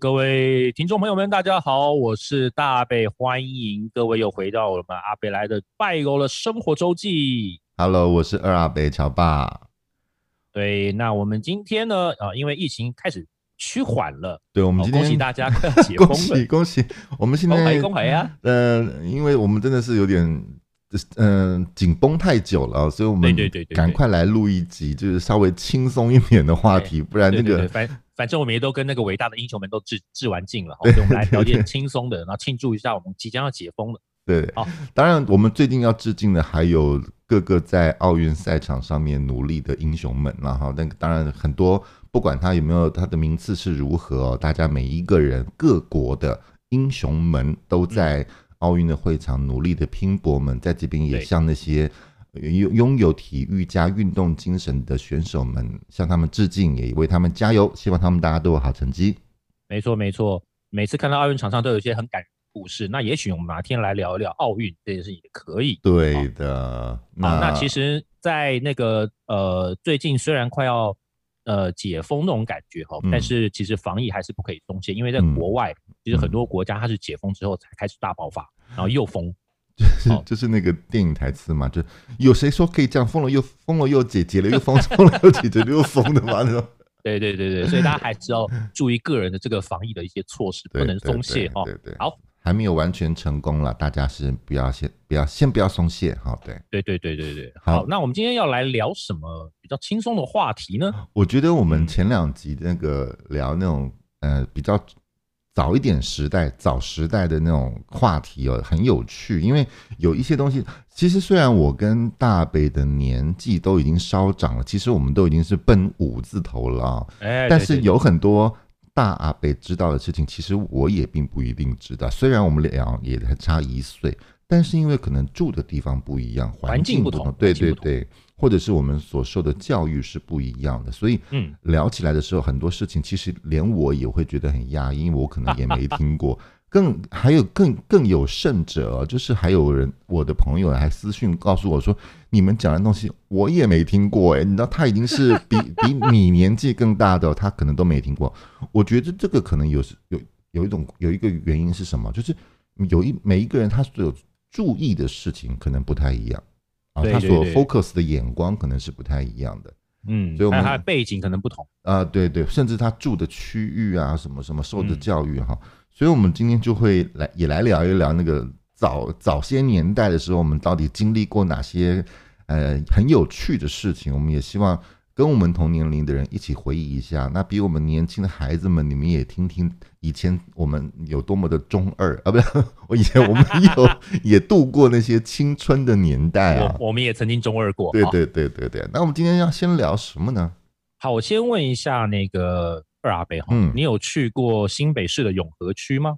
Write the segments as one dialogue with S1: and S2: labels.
S1: 各位听众朋友们，大家好，我是大贝，欢迎各位又回到我们阿贝来的拜狗的生活周记。
S2: Hello，我是二阿北乔爸。
S1: 对，那我们今天呢，啊、因为疫情开始趋缓了，
S2: 对，我们
S1: 哦
S2: 今天、
S1: 恭喜 大家 快要解封
S2: 恭喜
S1: 了，
S2: 恭喜！我们现
S1: 恭
S2: 在
S1: 喜恭喜啊！
S2: 呃，因为我们真的是有点嗯、呃紧绷太久了，所以我们
S1: 对对对对对
S2: 赶快来录一集，就是稍微轻松一点的话题，不然
S1: 对
S2: 那
S1: 对对，
S2: 个
S1: 反反正我们也都跟那个伟大的英雄们都致致完敬了，哦所以我们来聊点轻松的，然后庆祝一下我们即将要解封了。
S2: 对
S1: 好
S2: 当然，我们最近要致敬的还有各个在奥运赛场上面努力的英雄们啦，然后那个当然很多，不管他有没有他的名次是如何、哦，大家每一个人各国的英雄们都在奥运的会场努力的拼搏们，在这边
S1: 嗯
S2: 也
S1: 对
S2: 向那些。呃拥拥有体育加运动精神的选手们，向他们致敬，也为他们加油，希望他们大家都有好成绩。
S1: 没错没错，每次看到奥运场上都有一些很感人的故事，那也许我们哪天来聊一聊奥运这件事情也可以。
S2: 对的，
S1: 啊，那其实，在那个呃，最近虽然快要呃解封那种感觉哈，
S2: 嗯
S1: 但是其实防疫还是不可以松懈，因为在国外，其实
S2: 嗯
S1: 很多国家它是解封之后才开始大爆发，然后又封。
S2: 是
S1: 哦
S2: 就是那个电影台词嘛，就有谁说可以这样疯了又疯了又解解了又疯，疯了又解解了又疯的 嘛那种。
S1: 对对对对，所以大家还 是要注意个人的这个防疫的一些措施，
S2: 对
S1: 不能松懈哦。
S2: 对对对，
S1: 好，
S2: 还没有完全成功了，大家是不要先不要先不要松懈哈。对，
S1: 对对对对对，
S2: 好
S1: 好，那我们今天要来聊什么比较轻松的话题 呢？
S2: 我觉得我们
S1: 嗯
S2: 前两集那个聊那种呃比较早一点时代、早时代的那种话题哦，很有趣，因为有一些东西，其实虽然我跟大北的年纪都已经稍长了，其实我们都已经是奔五字头了啊、
S1: 哎，
S2: 但
S1: 对
S2: 是
S1: 对
S2: 有很多大阿伯知道的事情，其实我也并不一定知道。虽然我们俩也才差一岁，但是因为可能住的地方不一样，环
S1: 环境
S2: 不
S1: 不同
S2: 对
S1: 环境
S2: 对
S1: 不同
S2: 对，或者是我们所受的教育是不一样的，所以
S1: 嗯，
S2: 聊起来的时候，很多事情其实连我也会觉得很压抑，因为我可能也没听过。 更还有更更有甚者哦，就是还有人我的朋友还私讯告诉我说，你们讲的东西我也没听过哎，你知道他已经是比 比你年纪更大的哦，他可能都没听过。我觉得这个可能有时有有一种有一个原因是什么，就是有一每一个人他所有注意的事情可能不太一样啊，
S1: 对
S2: 他
S1: 对
S2: 所
S1: 对
S2: focus 的眼光可能是不太一样的。
S1: 嗯，
S2: 所以我
S1: 还
S2: 们
S1: 有它的背景可能不同。
S2: 啊，对对，甚至他住的区域啊，什么什么受的
S1: 嗯
S2: 教育哈、所以我们今天就会来也来聊一聊那个早早些年代的时候，我们到底经历过哪些呃很有趣的事情。我们也希望跟我们同年龄的人一起回忆一下。那比我们年轻的孩子们，你们也听听以前我们有多么的中二啊，不是， 我以前我们有也度过那些青春的年代 啊。
S1: 我我们也曾经中二过。
S2: 对
S1: 好
S2: 对对对对，那我们今天要先聊什么呢？
S1: 好，我先问一下那个二阿伯哈，
S2: 嗯
S1: 你有去过新北市的永和区吗？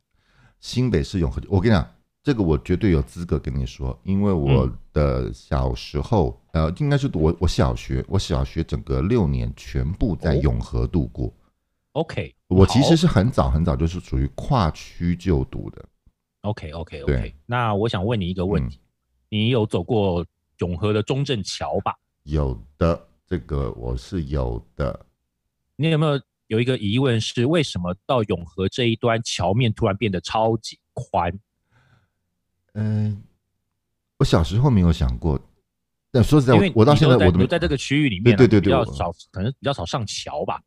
S2: 新北市永和，我跟你讲，这个我绝对有资格跟你说，因为我的小时候，呃，应该是我我小学，我小学整个六年全部在
S1: 哦
S2: 永和度过。
S1: OK，
S2: 我其实
S1: 好
S2: 是很早很早就是属于跨区就读的，
S1: OK OK
S2: 对嗯
S1: OK。那我想问你一个问题，你有走过永和的中正桥吧？
S2: 有的这个我是有的。
S1: 你有没有有一个疑问是，为什么到永和这一端桥面突然变得超级宽？
S2: 嗯、我小时候没有想过，但说实在，
S1: 因
S2: 我
S1: 为
S2: 我到现在
S1: 你都
S2: 我都
S1: 在
S2: 没
S1: 你在这个区域里面啊，
S2: 对对对对
S1: 比较
S2: 我
S1: 少，可能比较少上桥吧。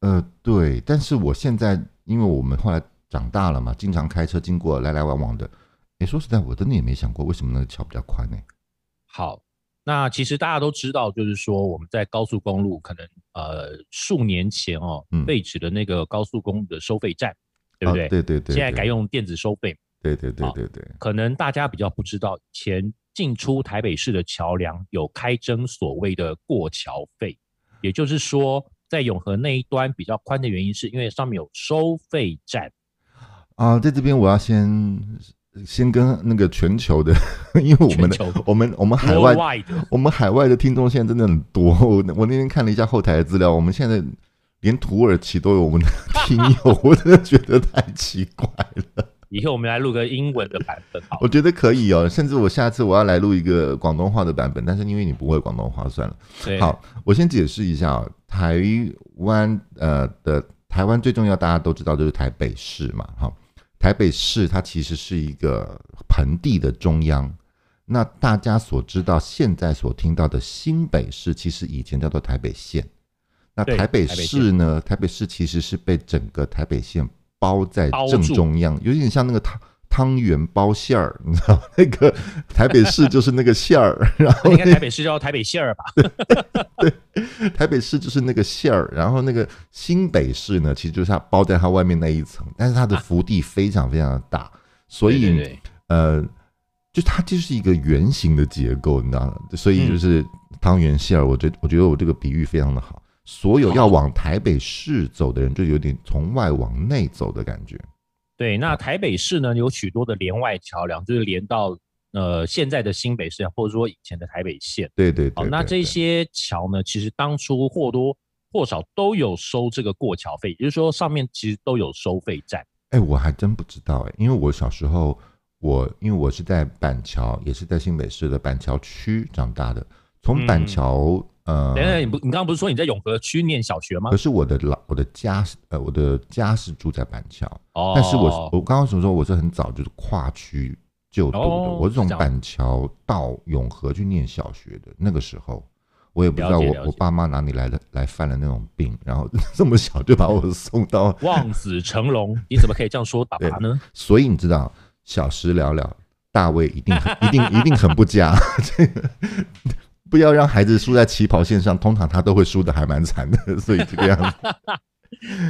S2: 呃，对，但是我现在因为我们后来长大了嘛，经常开车经过来来往往的。也说实在，我真的也没想过为什么那个桥比较宽呢、
S1: 好，那其实大家都知道，就是说我们在高速公路可能呃数年前哦
S2: 嗯
S1: 废止的那个高速公路的收费站，对不对？
S2: 啊、对对对，
S1: 现在
S2: 对
S1: 改。用电子收费，
S2: 对对对
S1: 好
S2: 对对，
S1: 可能大家比较不知道，以前进出台北市的桥梁有开征所谓的过桥费，也就是说，在永和那一端比较宽的原因，是因为上面有收费站。
S2: 啊，在这边我要先先跟那个全球的，因为我
S1: 全
S2: 们的
S1: 球
S2: 我们我 们海外
S1: Worldwide，
S2: 我们海外的听众现在真的很多。我我那天看了一下后台的资料，我们现在连土耳其都有我们的 听友，我真的觉得太奇怪了。
S1: 以后我们来录个英文的版本好了。
S2: 我觉得可以哦，甚至我下次我要来录一个广东话的版本，但是因为你不会广东话，算了。
S1: 对，
S2: 好，我先解释一下啊、台湾呃的台湾最重要，大家都知道就是台北市嘛，哈，台北市它其实是一个盆地的中央。那大家所知道，现在所听到的新北市，其实以前叫做台北县。那
S1: 对
S2: 台北
S1: 台北
S2: 市呢？台北市其实是被整个台北县包在
S1: 包
S2: 正
S1: 住
S2: 中央，有点像那个汤汤圆包馅儿，你知道吗那个台北市就是那个馅儿，然后
S1: 那应该台北市叫台北馅儿吧？
S2: 台北市就是那个馅儿，然后那个新北市呢，其实就是它包在它外面那一层，但是它的幅地非常非常的大，所以
S1: 啊对对对
S2: 呃，就它就是一个圆形的结构，你知道吗？所以就是汤圆馅儿，我觉我觉得我这个比喻非常的好。所有要往台北市走的人，就有点从外往内走的感觉。
S1: 对，
S2: 嗯
S1: 那台北市呢有许多的连外桥梁，就是连到呃现在的新北市，或者说以前的台北县。
S2: 对对
S1: 好，
S2: 对，
S1: 哦那
S2: 对
S1: 这
S2: 对
S1: 些桥呢，其实当初或多或少都有收这个过桥费，也就是说上面其实都有收费站。
S2: 哎，我还真不知道哎，因为我小时候，我因为我是在板桥，也是在新北市的板桥区长大的。从板
S1: 嗯
S2: 桥，
S1: 等等，
S2: 呃，
S1: 你不，你刚刚不是说你在永和区念小学吗
S2: 可？是我的老我的家是呃我的家是住在板桥，
S1: 哦，
S2: 但是我是我刚刚所说我是很早就是跨区就读的，
S1: 哦
S2: 我是从
S1: 这样
S2: 板桥到永和去念小学的。那个时候，我也不知
S1: 了
S2: 道
S1: 解
S2: 我
S1: 了
S2: 我
S1: 解
S2: 爸妈哪里来的来犯了那种病，然后 这么小就把我送到
S1: 望子成龙，你怎么可以这样说爸爸呢？
S2: 所以你知道，小时了了，大卫一定很 一定一定很不佳。 这个不要让孩子输在起跑线上，通常他都会输的还蛮惨的，所以这个 样子。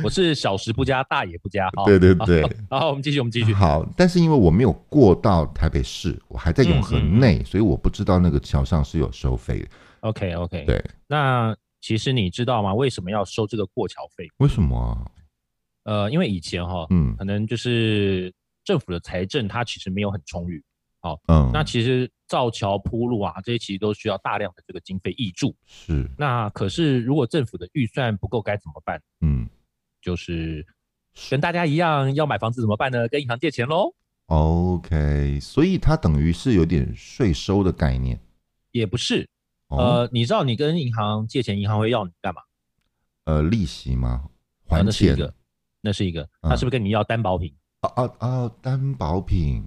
S1: 我是小时不加，大也不加。好，
S2: 对对嗯对，
S1: 好，我们继续，我们继续。
S2: 好。但是因为我没有过到台北市，我还在永和
S1: 嗯
S2: 内，所以我不知道那个桥上是有收费的。
S1: OK OK，
S2: 对，
S1: 那其实你知道吗？为什么要收这个过桥费？
S2: 为什么啊？
S1: 呃，因为以前哈，
S2: 嗯
S1: 可能就是政府的财政它其实没有很充裕，
S2: 嗯，
S1: 那其实造桥铺路啊，这些其实都需要大量的这个经费挹注。
S2: 是
S1: 那可是如果政府的预算不够该怎么办？
S2: 嗯
S1: 就是跟大家一样要买房子怎么办呢？跟银行借钱喽。
S2: ，OK，所以它等于是有点税收的概念。
S1: 也不是，
S2: 哦，
S1: 呃，你知道你跟银行借钱，银行会要你干嘛？
S2: 呃，利息吗？
S1: 啊
S2: 还
S1: 那是一
S2: 钱嗯
S1: 个，那是一个，他是不是跟你要担保品？
S2: 啊啊啊！担保品。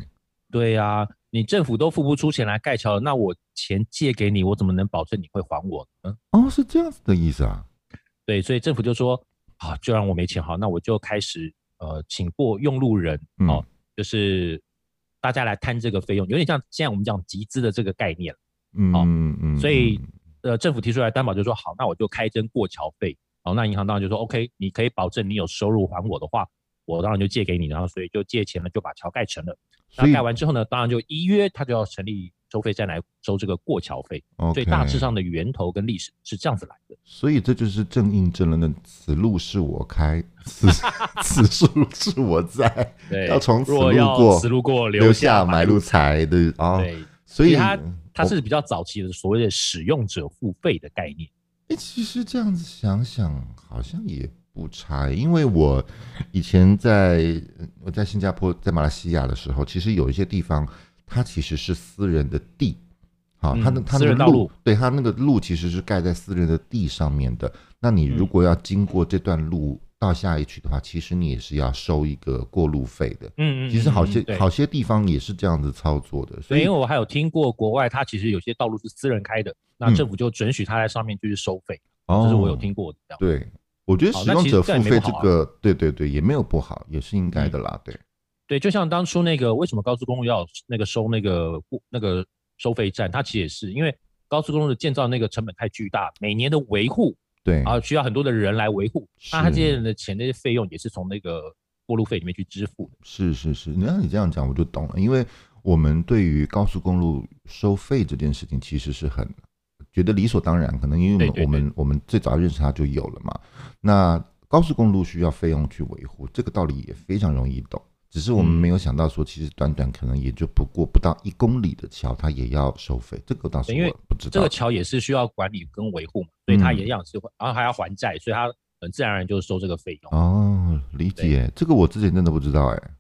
S1: 对啊，你政府都付不出钱来盖桥了，那我钱借给你，我怎么能保证你会还我呢？
S2: 哦，是这样子的意思啊。
S1: 对，所以政府就说，啊，就让我没钱好，那我就开始呃，请过用路人
S2: 嗯
S1: 哦，就是大家来摊这个费用，有点像现在我们讲集资的这个概念。
S2: 嗯
S1: 好
S2: 嗯嗯，
S1: 哦所以
S2: 嗯
S1: 呃，政府提出来担保就说好，那我就开征过桥费。好，那银行当然就说 OK，你可以保证你有收入还我的话，我当然就借给你，然后所以就借钱了，就把桥盖成了。
S2: 所
S1: 那
S2: 以
S1: 盖完之后呢，当然就依约他就要成立收费站来收这个过桥费。所以大致，上的源头跟历史是这样子来的
S2: OK，。所以这就是正印证了那此路是我开，此 此路是我在，
S1: 对
S2: 要从此
S1: 若
S2: 路
S1: 要
S2: 过
S1: 此路过，
S2: 留
S1: 下
S2: 下买路。财的哦。
S1: 对，
S2: 所以
S1: 它它
S2: 我
S1: 是比较早期的所谓的使用者付费的概念。
S2: 哎，其实这样子想想，好像也不差欸，因为我以前在嗯我在新加坡、在马来西亚的时候，其实有一些地方它其实是私人的地，好，它的
S1: 嗯
S2: 它
S1: 私
S2: 的
S1: 人道
S2: 路
S1: 路，
S2: 对它那个路其实是盖在私人的地上面的。那你如
S1: 嗯
S2: 果要经过这段路到下一区的话，其实你也是要收一个过路费的。
S1: 嗯嗯，
S2: 其实好
S1: 嗯嗯
S2: 些
S1: 对
S2: 好些地方也是这样子操作的，所
S1: 对，
S2: 以
S1: 因为我还有听过国外，它其实有些道路是私人开的，那
S2: 嗯
S1: 政府就准许他在上面就是收费，
S2: 哦
S1: 这是我有听过的。这样
S2: 对，我觉得
S1: 好
S2: 使
S1: 那
S2: 用
S1: 其实
S2: 者
S1: 这
S2: 付
S1: 样也没
S2: 费
S1: 不
S2: 这
S1: 好啊嗯
S2: 个，对对对，也没有不好，也是应该的啦。对，
S1: 对，就像当初那个为什么高速公路要那个收那个过那个收费站，它其实也是因为高速公路的建造那个成本太巨大，每年的维护
S2: 对，
S1: 啊需要很多的人来维护，那他
S2: 是
S1: 这些人的钱那些费用也是从那个过路费里面去支付的。
S2: 是是是，那你这样讲我就懂了，因为我们对于高速公路收费这件事情其实是很觉得理所当然，可能因为
S1: 对对对
S2: 我们我们我们最早认识它就有了嘛。那高速公路需要费用去维护，这个道理也非常容易懂。只是我们
S1: 嗯
S2: 没有想到说，其实短短可能也就不过不到一公里的桥，它也要收费，这个倒是
S1: 对因为
S2: 我不知
S1: 这
S2: 道
S1: 个。桥也是需要管理跟维护嘛，所以它
S2: 嗯
S1: 也一样是会，然后还要还债，所以它很自然而然就收这个费用。
S2: 哦，理解，这个我之前真的不知道哎、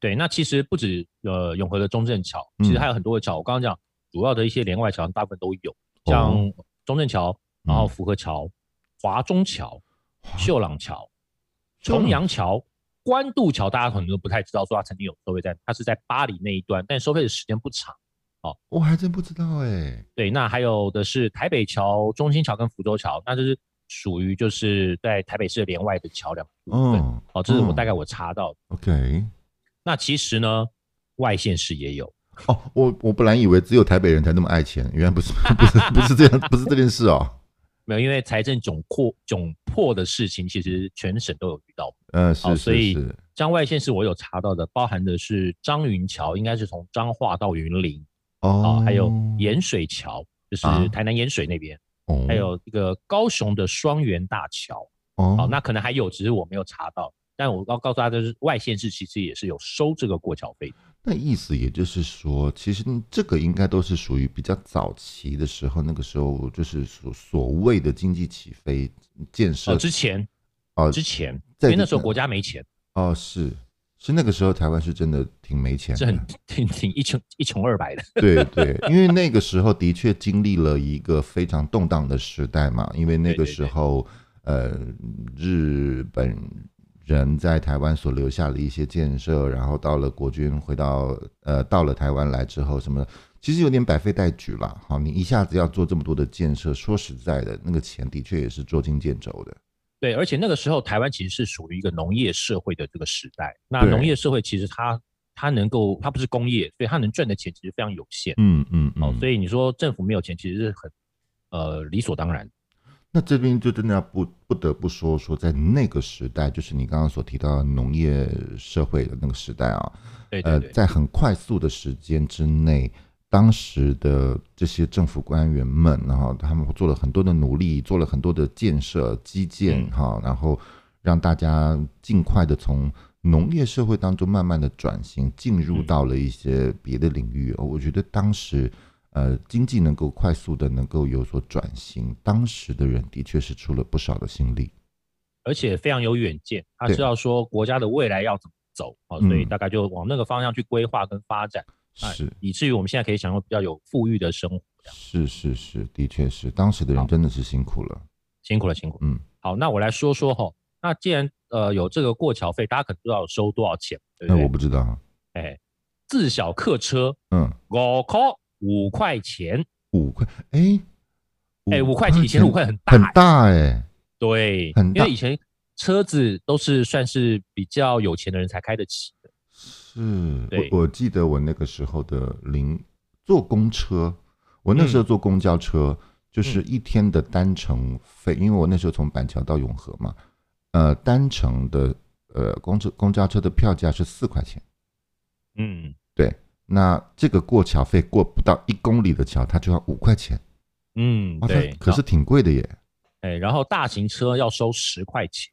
S1: 对，那其实不止呃永和的中正桥，其
S2: 嗯
S1: 实还有很多的桥。我刚刚讲主要的一些连外桥，大部分都有，像
S2: 哦
S1: 中正桥，然后
S2: 嗯
S1: 福和桥、华中桥、秀朗桥、重阳桥、关渡桥，大家可能都不太知道，说它曾经有收费站，它是在巴黎那一端，但收费的时间不长。
S2: 我还真不知道哎、
S1: 对，那还有的是台北桥、中心桥跟福州桥，那就是属于就是在台北市的连外的桥梁。
S2: 嗯
S1: 哦，这是我
S2: 嗯
S1: 大概我查到的。
S2: ，OK，
S1: 那其实呢，外县市也有。
S2: 哦，我我本来以为只有台北人才那么爱钱，原来不是 不是不是这样，不是这件事哦。
S1: 没有，因为财政窘迫窘迫的事情，其实全省都有遇到。
S2: 嗯，
S1: 哦
S2: 是
S1: 所
S2: 是
S1: 以
S2: 是，
S1: 像外县市我有查到的，包含的是张云桥，应该是从彰化到云林啊、
S2: 哦，
S1: 还有盐水桥，就是
S2: 啊
S1: 台南盐水那边，
S2: 哦，
S1: 还有一个高雄的双园大桥。
S2: 哦，
S1: 好，那可能还有，只是我没有查到。但我要告诉大家，就是外县市其实也是有收这个过桥费的。
S2: 那意思也就是说，其实这个应该都是属于比较早期的时候，那个时候就是所所谓的经济起飞建设
S1: 呃，之前，
S2: 哦
S1: 之前，
S2: 在
S1: 因为那时候
S2: 这
S1: 国家没钱，
S2: 哦是是那个时候台湾是真的挺没钱
S1: 是
S2: 的
S1: 很，挺挺一穷一穷二白的。
S2: 对对，因为那个时候的确经历了一个非常动荡的时代嘛，因为那
S1: 对
S2: 个
S1: 对
S2: 时
S1: 对
S2: 候呃日本人在台湾所留下的一些建设，然后到了国军回到呃到了台湾来之后什么的，其实有点百废待举了。好，你一下子要做这么多的建设，说实在的，那个钱的确也是捉襟见肘的。
S1: 对，而且那个时候台湾其实是属于一个农业社会的这个时代。那
S2: 对
S1: 农业社会其实它它能够它不是工业，所以它能赚的钱其实非常有限。
S2: 嗯嗯
S1: 哦，所
S2: 以
S1: 以你说政府没有钱，其实是很呃理所当然。
S2: 那这边就真的要不不得不说说，在那个时代，就是你刚刚所提到的农业社会的那个时代啊，
S1: 对对
S2: 呃
S1: 对，，
S2: 在很快速的时间之内，当时的这些政府官员们，然后他们做了很多的努力，做了很多的建设、基建，
S1: 嗯
S2: 哈、然后让大家尽快的从农业社会当中慢慢的转型，进入
S1: 嗯
S2: 到了一些别的领域。哦我觉得当时。呃，经济能够快速的能够有所转型，当时的人的确是出了不少的心力。
S1: 而且非常有远见，他
S2: 对
S1: 知道说国家的未来要怎么走哦，所以
S2: 嗯
S1: 大概就往那个方向去规划跟发展，哎
S2: 是，
S1: 以至于我们现在可以享受比较有富裕的生活。这样
S2: 是，是，是，的确是，当时的人
S1: 好
S2: 真的是辛苦了。
S1: 辛苦了，辛苦。
S2: 嗯，
S1: 好，那我来说说哈，那既然呃有这个过桥费，大家可能知道有收多少钱，对不
S2: 那
S1: 对？
S2: 我不知道，
S1: 哎，自小客车
S2: 嗯，
S1: 五块五块钱，
S2: 五块，哎，
S1: 哎，五块钱以前五块很大、
S2: 很
S1: 哎
S2: 大哎、
S1: 对，
S2: 很
S1: 因
S2: 大
S1: 为以前车子都是算是比较有钱的人才开得起的，
S2: 是
S1: 对
S2: 我我记得我那个时候的零坐公车，我那
S1: 嗯
S2: 时候坐公交车、就是一天的单程费，因为我那时候从板桥到永和嘛，呃，单程的呃公车公交车的票价是四块钱，
S1: 嗯，
S2: 对，那这个过桥费过不到一公里的桥，它就要五块钱，
S1: 嗯，
S2: 哇，它
S1: 对，
S2: 哦可是挺贵的耶，
S1: 哎，然后大型车要收十块钱。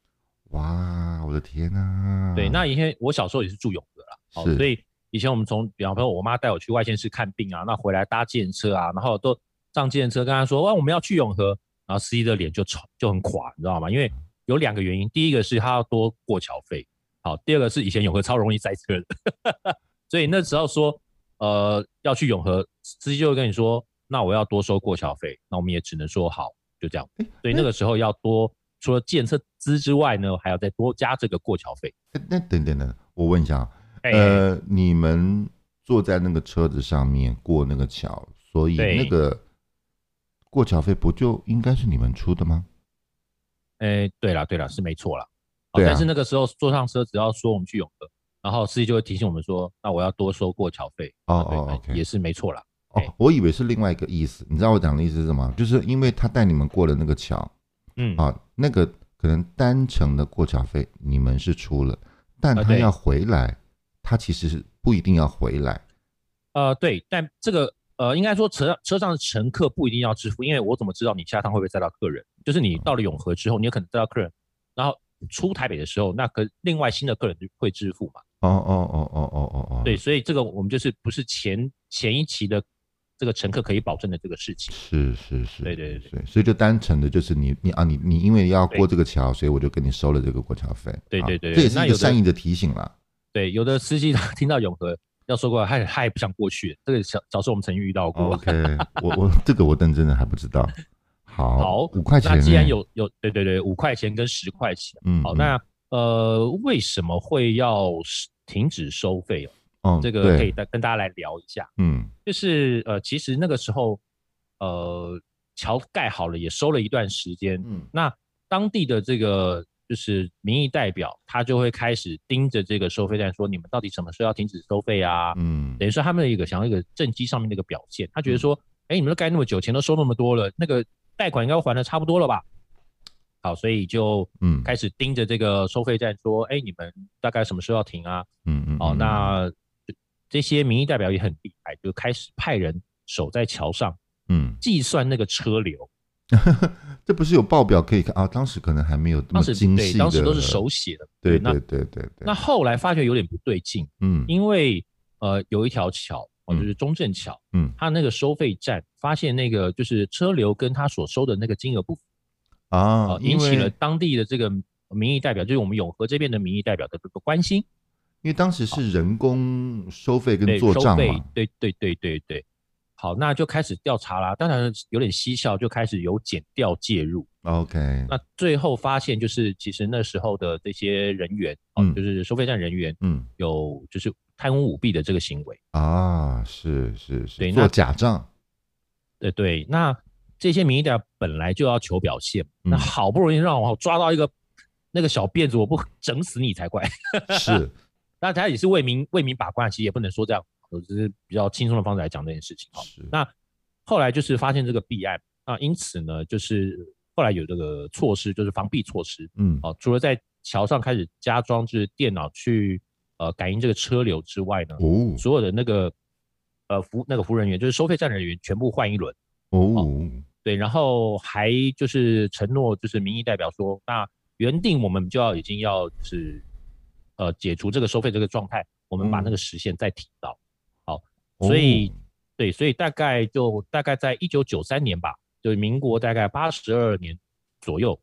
S2: 哇，我的天呐、
S1: 对，那以前我小时候也是住永和啦，
S2: 嗯是
S1: 哦，所以以前我们从，比方说我妈带我去外县市看病啊，那回来搭计程车啊，然后都上计程车跟她说，哇，我们要去永和，然后司机的脸就丑就很垮，你知道吗？因为有两个原因，第一个是他要多过桥费，好，第二个是以前永和超容易塞车的， 所以那时候说，呃，要去永和，司机就会跟你说，那我要多收过桥费，那我们也只能说好，就这样。所以那个时候要多除了建设资之外呢，还要再多加这个过桥费。
S2: 哎那等等等，我问一下啊，
S1: 哎、
S2: 呃，你们坐在那个车子上面过那个桥，所以
S1: 对
S2: 那个过桥费不就应该是你们出的吗？
S1: 哎，对了对了，是没错了。好
S2: 对啊
S1: 但是那个时候坐上车，只要说我们去永和，然后司机就会提醒我们说，那我要多收过桥费。
S2: 哦
S1: 啊对
S2: 哦
S1: 那
S2: ，OK，
S1: 也是没错啦。
S2: 哦
S1: 哎，
S2: 我以为是另外一个意思。你知道我讲的意思是什么？就是因为他带你们过了那个桥
S1: 嗯，
S2: 啊，那个可能单程的过桥费你们是出了，但
S1: 啊
S2: 他
S1: 对
S2: 要回来，他其实是不一定要回来。
S1: 呃，对，但这个呃，应该说车车上的乘客不一定要支付，因为我怎么知道你下趟会不会载到客人？就是
S2: 嗯
S1: 你到了永和之后，你有可能载到客人，然后出台北的时候，那个另外新的客人就会支付嘛。
S2: 哦哦哦哦哦哦哦，
S1: 对，，所以这个我们就是不是前前一期的这个乘客可以保证的这个事情。
S2: 是是是，
S1: 对对
S2: 对对，所以就单程的就是你你啊你你因为要
S1: 对
S2: 过这个桥，所以我就跟你收了这个过桥费。
S1: 对
S2: 啊
S1: 对对对
S2: 这也是
S1: 那
S2: 一个
S1: 有的哦
S2: 善意的提醒啦。
S1: 对，有的司机 他听到永和要收过来，他也他也不想过去。这个小小时候我们曾经遇到过。
S2: OK，我我这个我认真的还不知 道。好，
S1: 好
S2: 五块钱。
S1: 那既然，有有对对对，五块钱跟十块钱，
S2: 嗯，
S1: 好，
S2: 嗯
S1: 那呃，为什么会要停止收费哦？
S2: 嗯，
S1: 这个
S2: 对
S1: 可以带跟大家来聊一下。
S2: 嗯
S1: 就是呃，其实那个时候，呃，桥盖好了，也收了一段时间。
S2: 嗯
S1: 那当地的这个就是民意代表，他就会开始盯着这个收费站说，你们到底什么时候要停止收费啊？
S2: 嗯，
S1: 等于说他们的一个想要一个政绩上面的一个表现，他觉得说，哎、你们都盖那么久，钱都收那么多了，那个贷款应该还的差不多了吧？好，所以就
S2: 嗯
S1: 开始盯着这个收费站说，哎、你们大概什么时候要停啊？
S2: 嗯嗯，
S1: 哦，
S2: 嗯
S1: 那这些民意代表也很厉害，就开始派人守在桥上
S2: 嗯，
S1: 计算那个车流。
S2: 这不是有报表可以看啊？当时可能还没有这
S1: 当
S2: 么
S1: 时
S2: 精
S1: 对，
S2: 细的，
S1: 当时都是手写的。
S2: 对
S1: 那
S2: 对对对对，
S1: 那后来发觉有点不对劲，
S2: 嗯
S1: 因为呃有一条桥哦，
S2: 嗯
S1: 就是中正桥，
S2: 嗯
S1: 它那个收费站发现那个就是车流跟它所收的那个金额不符
S2: 啊
S1: 哦，，
S2: 因
S1: 引起了
S2: 为
S1: 当地的这个民意代表，就是我们永和这边的民意代表的这个关心，
S2: 因为当时是人工收费跟
S1: 对
S2: 做
S1: 收
S2: 账
S1: 费
S2: 嘛，，
S1: 对对对对对。好，那就开始调查啦。当然有点嬉笑，就开始有检调介入。
S2: OK，
S1: 那最后发现，就是其实那时候的这些人员，哦、
S2: 嗯
S1: 就是收费站人员
S2: 嗯
S1: 有就是贪污舞弊的这个行为。
S2: 啊，是是是，
S1: 对
S2: 做
S1: 那
S2: 假账，
S1: 对呃对，那这些民意代表本来就要求表现，
S2: 嗯
S1: 那好不容易让我抓到一个那个小辫子，我不整死你才怪。
S2: 是，
S1: 那他也是为民为民把关，其实也不能说这样，我只是比较轻松的方式来讲这件事情。哦
S2: 是
S1: 那后来就是发现这个弊案啊，因此呢，就是后来有这个措施，就是防弊措施
S2: 嗯
S1: 哦、除了在桥上开始加装就是电脑去呃感应这个车流之外呢，
S2: 哦
S1: 所有的那个呃服那个服务人员，就是收费站人员，全部换一轮。
S2: 哦，
S1: 对，然后还就是承诺，就是民意代表说，那原定我们就要已经要是呃解除这个收费这个状态，我们把那个时限再提到。所以
S2: 嗯哦
S1: 对，所以大概就大概在一九九三年吧，就是民国大概八十二年左右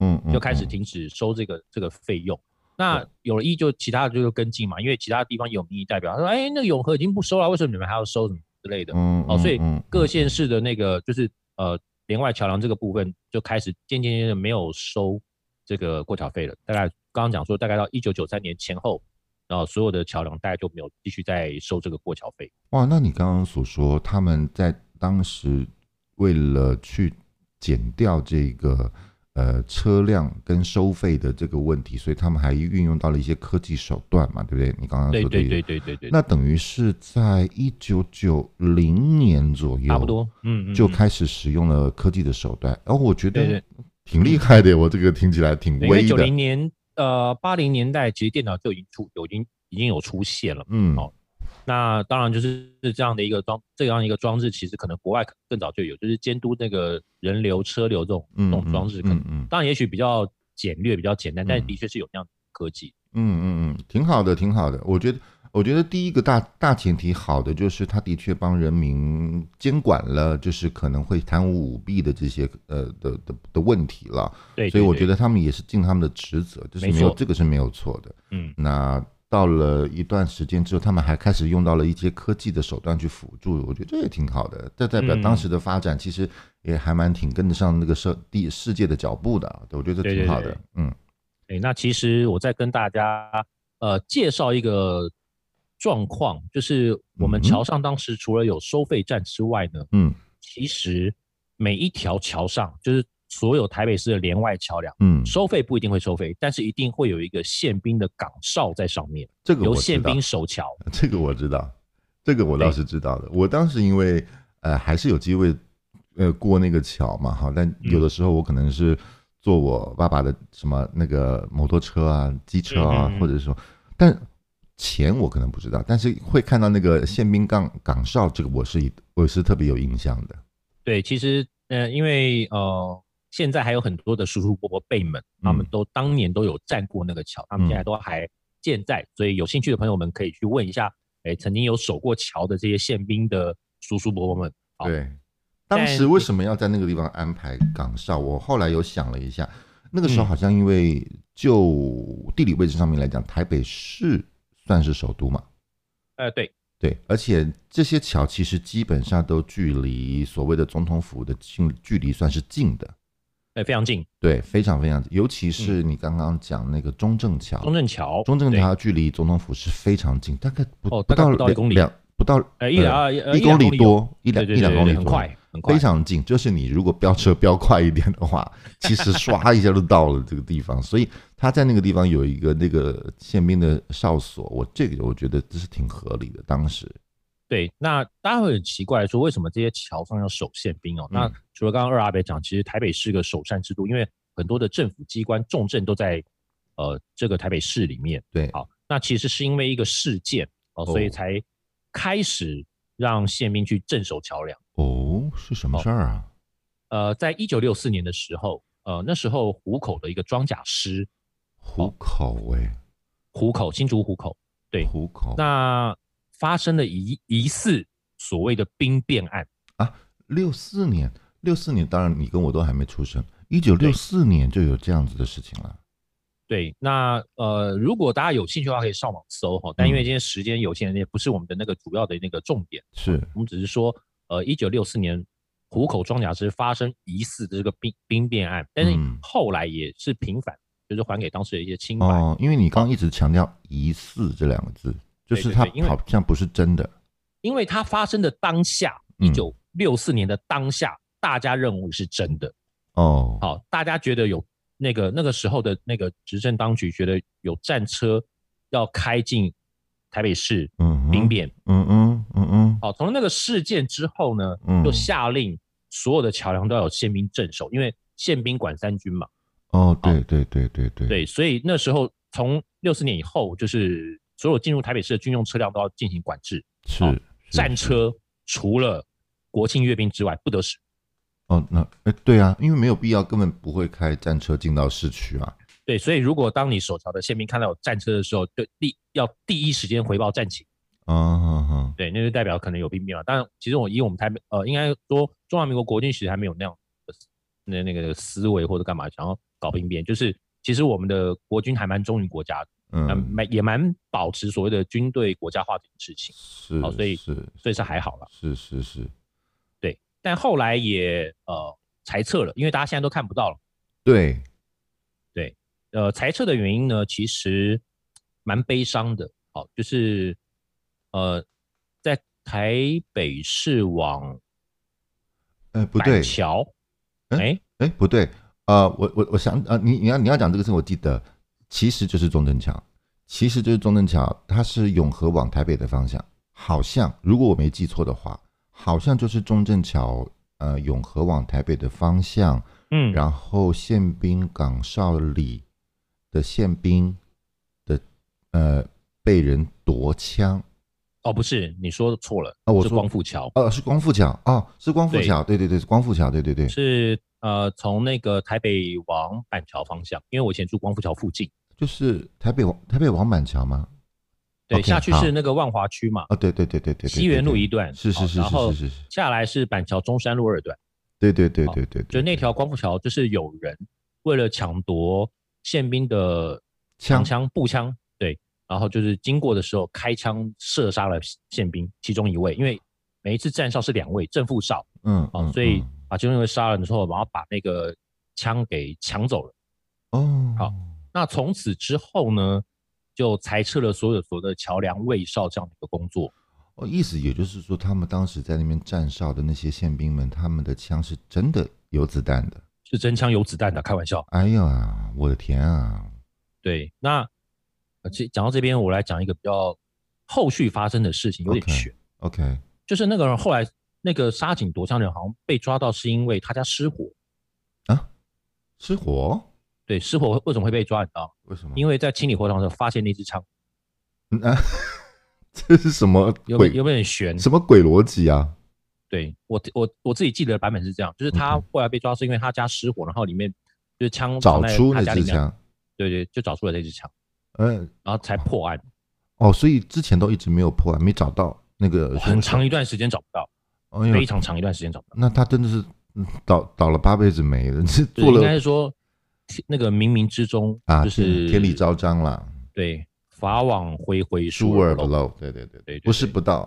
S2: 嗯嗯
S1: 就开始
S2: 嗯
S1: 停止收这个这个费用。那有了一就其他的就是跟进嘛，因为其他地方有民意代表，他说，哎，那个永和已经不收了，为什么你们还要收什么之类的？
S2: 嗯
S1: 哦，所以
S2: 嗯嗯
S1: 各县市的那个就是呃连外桥梁这个部分就开始渐渐渐的没有收这个过桥费了。大概刚刚讲说，大概到一九九三年前后，然后所有的桥梁大概就没有继续再收这个过桥费。
S2: 哇，那你刚刚所说，他们在当时为了去减掉这个呃车辆跟收费的这个问题，所以他们还运用到了一些科技手段嘛，对不对？你刚刚
S1: 对
S2: 说的
S1: 对
S2: 也
S1: 对对对对，
S2: 啊那等于是在一九九零年左右，
S1: 差不多，嗯，嗯
S2: 就
S1: 嗯
S2: 开始使用了科技的手段。然、后我觉
S1: 对
S2: 得
S1: 对
S2: 挺厉害的，我这个听起来挺
S1: 对因为
S2: 威
S1: 九
S2: 的。
S1: 零年呃八零年代其实电脑就已经出有已经已经有出现了。
S2: 嗯，
S1: 哦那当然就是这样的一个装，这样一个装置，其实可能国外更早就有，就是监督那个人流、车流这种这
S2: 嗯，
S1: 种装置，可能
S2: 嗯嗯
S1: 当然也许比较简略、比较简单，但
S2: 嗯
S1: 的确是有那样的科技。
S2: 嗯嗯嗯，挺好的，挺好的。我觉得，我觉得第一个大大前提好的就是，他的确帮人民监管了，就是可能会贪污舞弊的这些呃的的的问题了。
S1: 对，
S2: 所以
S1: 对
S2: 我
S1: 对
S2: 觉得他们也是尽他们的职责，这是
S1: 没
S2: 没有
S1: 错
S2: 这个是没有错的。
S1: 嗯，
S2: 那到了一段时间之后，他们还开始用到了一些科技的手段去辅助，我觉得这也挺好的。这代表
S1: 嗯
S2: 当时的发展其实也还蛮挺跟得上那个社地世界的脚步的，我觉得
S1: 对
S2: 挺
S1: 对
S2: 好
S1: 对
S2: 的。嗯
S1: 对。那其实我再跟大家呃介绍一个状况，就是我们
S2: 嗯
S1: 桥上当时除了有收费站之外呢，
S2: 嗯
S1: 其实每一条桥上，就是所有台北市的连外桥梁，
S2: 嗯，
S1: 收费不一定会收费，但是一定会有一个宪兵的岗哨在上面，
S2: 这个
S1: 由
S2: 我知
S1: 宪
S2: 道
S1: 兵，守桥。
S2: 这个我知道，这个我倒
S1: 对
S2: 是知道的。我当时因为呃还是有机会呃过那个桥嘛，哈，
S1: 嗯
S2: 但有的时候我可能是坐我爸爸的什么那个摩托车啊、机车啊
S1: 嗯嗯，嗯
S2: 或者说，但钱我可能不知道，但是会看到那个宪兵岗岗哨，这个我是我是特别有印象的。
S1: 对，其实呃，因为呃，现在还有很多的叔叔伯伯辈们，他们
S2: 嗯
S1: 都当年都有站过那个桥，他们现在
S2: 嗯
S1: 都还健在，所以有兴趣的朋友们可以去问一下，哎，曾经有守过桥的这些宪兵的叔叔伯伯们。好，
S2: 对，当时
S1: 但
S2: 为什么要在那个地方安排岗哨？我后来有想了一下，那个时候
S1: 嗯
S2: 好像因为就地理位置上面来讲，台北市算是首都嘛，
S1: 呃，对，
S2: 对，而且这些桥其实基本上都距离所谓的总统府的近距离算是近的，
S1: 哎，非常近，
S2: 对，非常非常，尤其是你刚刚讲那个中正桥，
S1: 嗯中正桥，
S2: 中正桥距离总统府是非常近，大概不、
S1: 哦
S2: 不
S1: 大概
S2: 到
S1: 不到一
S2: 两
S1: 公里
S2: 两不到
S1: 哎，一两
S2: 呃
S1: 啊呃
S2: 一
S1: 一两
S2: 公里
S1: 多，
S2: 多，一两
S1: 对
S2: 一两
S1: 对对
S2: 公里
S1: 很
S2: 多，
S1: 快很快
S2: 非，常近。就是你如果飙车飙快一点 的话，其实唰一下就到了这个地方。所以他在那个地方有一个那个宪兵的哨所，我这个我觉得这是挺合理的。当时
S1: 对，那大家会很奇怪说，为什么这些桥上要守宪兵哦？那
S2: 嗯
S1: 除了刚刚二阿北讲，其实台北是个守善之都，因为很多的政府机关重镇都在呃这个台北市里面。
S2: 对
S1: 好，那其实是因为一个事件哦，所以
S2: 哦
S1: 才开始让宪兵去镇守桥梁。
S2: 哦，是什么事儿啊？
S1: 呃，在一九六四年的时候，呃，那时候湖口的一个装甲师，
S2: 虎口哎、
S1: 湖口新竹湖口，对
S2: 虎口
S1: 那发生了疑疑似所谓的兵变案。
S2: 六四年，六四年，当然你跟我都还没出生，一九六四年就有这样子的事情了。
S1: 对，那呃，如果大家有兴趣的话，可以上网搜哈。但
S2: 嗯
S1: 因为今天时间有限，也不是我们的那个主要的那个重点，
S2: 是
S1: 我们只是说，呃，一九六四年虎口装甲师发生疑似的这个兵兵变案，但是
S2: 嗯
S1: 后来也是平反，就是还给当事人一些清白。
S2: 哦，因为你刚刚一直强调“疑似”这两个字，就是
S1: 对对
S2: 它
S1: 对因为
S2: 好像不是真的。
S1: 因为它发生的当下，一
S2: 嗯
S1: 九六四年的当下，大家认为是真的，
S2: 哦，
S1: 好，大家觉得有那个那个时候的那个执政当局觉得有战车要开进台北市
S2: 嗯哼，
S1: 兵变。
S2: 嗯嗯嗯嗯，
S1: 好，从那个事件之后呢，
S2: 嗯
S1: 就下令所有的桥梁都要有宪兵镇守，因为宪兵管三军嘛。
S2: 哦，对对对对对，
S1: 对，所以那时候从六四年以后，就是所有进入台北市的军用车辆都要进行管制，
S2: 是
S1: 好
S2: 是
S1: 哦战
S2: 是
S1: 车除了国庆阅兵之外不得使。
S2: 哦，那哎对啊，因为没有必要，根本不会开战车进到市区啊。
S1: 对，所以如果当你手桥的宪兵看到有战车的时候，就第要第一时间回报战情。
S2: 啊哈哈，
S1: 对，那就代表可能有兵变嘛。当然，其实我以我们台北呃，应该说中华民国国军其实还没有那样的思那那个思维或者干嘛想要搞兵变，就是其实我们的国军还蛮忠于国家的，嗯，
S2: 嗯，
S1: 蛮也蛮保持所谓的军队国家化这件事情，
S2: 是，
S1: 哦好所以
S2: 是，
S1: 所以是还好啦。
S2: 是是是，
S1: 对，但后来也呃裁撤了，因为大家现在都看不到了。
S2: 对，
S1: 呃，裁撤的原因呢，其实蛮悲伤的。好、就是呃，在台北市往
S2: 哎不对
S1: 板，桥，
S2: 嗯
S1: 哎
S2: 哎，不对，呃，我我我想，呃，你你要你要讲这个事，我记得，其实就是中正桥，其实就是中正桥，它是永和往台北的方向，好像如果我没记错的话，好像就是中正桥，呃，永和往台北的方向，
S1: 嗯，
S2: 然后宪兵岗哨里的宪兵的，呃，被人夺枪，
S1: 哦，不是，你说错了，
S2: 啊我
S1: 是
S2: 说
S1: 光复桥，
S2: 哦，是光复桥，哦，是光复
S1: 对
S2: 桥，对对对，是光复桥，对对对，
S1: 是呃从那个台北往板桥方向，因为我以前住光复桥附近，
S2: 就是台北往台北往板桥吗？
S1: 对
S2: OK，
S1: 下去
S2: 好
S1: 是那个万华区嘛，
S2: 啊，对对对对对，对
S1: 西园路
S2: 对
S1: 一段，
S2: 是是
S1: 好
S2: 是
S1: 哦然后
S2: 是是是是，
S1: 下来是板桥中山路二段，
S2: 对对对
S1: 好
S2: 对对，
S1: 就
S2: 对
S1: 那条光复桥，就是有人为了抢夺宪兵的
S2: 枪
S1: 长枪步枪，对，然后就是经过的时候开枪射杀了宪兵其中一位，因为每一次站哨是两位正副哨，
S2: 嗯
S1: 啊，
S2: 嗯
S1: 所以
S2: 嗯
S1: 把其中一位杀了之后，然后把那个枪给抢走了。
S2: 哦
S1: 好那从此之后呢，就裁撤了所有所谓的桥梁卫哨这样的一个工作。
S2: 哦，意思也就是说，他们当时在那边站哨的那些宪兵们，他们的枪是真的有子弹的。
S1: 是真枪有子弹的，开玩笑。
S2: 哎呀，我的天啊！
S1: 对，那呃这讲到这边，我来讲一个比较后续发生的事情，有点
S2: OK
S1: 悬。
S2: OK，
S1: 就是那个人后来那个杀警夺枪人好像被抓到，是因为他家失火。
S2: 失火？
S1: 对，失火为什么会被抓？你知道吗？
S2: 为什么？
S1: 因
S2: 为
S1: 为在清理火场的时候发现那支枪，
S2: 啊， 这是什么
S1: 有没有
S2: 鬼
S1: 有没有点悬？
S2: 什么鬼逻辑啊？
S1: 对我我我自己记得的版本是这样，就是他
S2: OK
S1: 后来被抓是因为他家失火，然后里面就是枪
S2: 嗯找
S1: 藏在
S2: 出
S1: 他
S2: 那
S1: 家里
S2: 支
S1: 面，
S2: 枪？
S1: 对对，就找出了这支枪，
S2: 嗯，
S1: 然后才破案，
S2: 哦，所以之前都一直没有破案，没找到那个
S1: 哦很
S2: 凶手
S1: 长。一段时间找不到，
S2: 哎呀
S1: 非常长一段时间找不到，
S2: 那他真的是嗯倒倒了八辈子霉了，
S1: 就是
S2: 这做
S1: 应该
S2: 了
S1: 是说天那个冥冥之中
S2: 啊，
S1: 就
S2: 天
S1: 是
S2: 天理昭彰啦，
S1: 对法网恢恢
S2: 疏
S1: 而
S2: 而
S1: 不
S2: 不
S1: 漏，
S2: 漏，对对对
S1: 对对
S2: 不是
S1: 对
S2: 不到，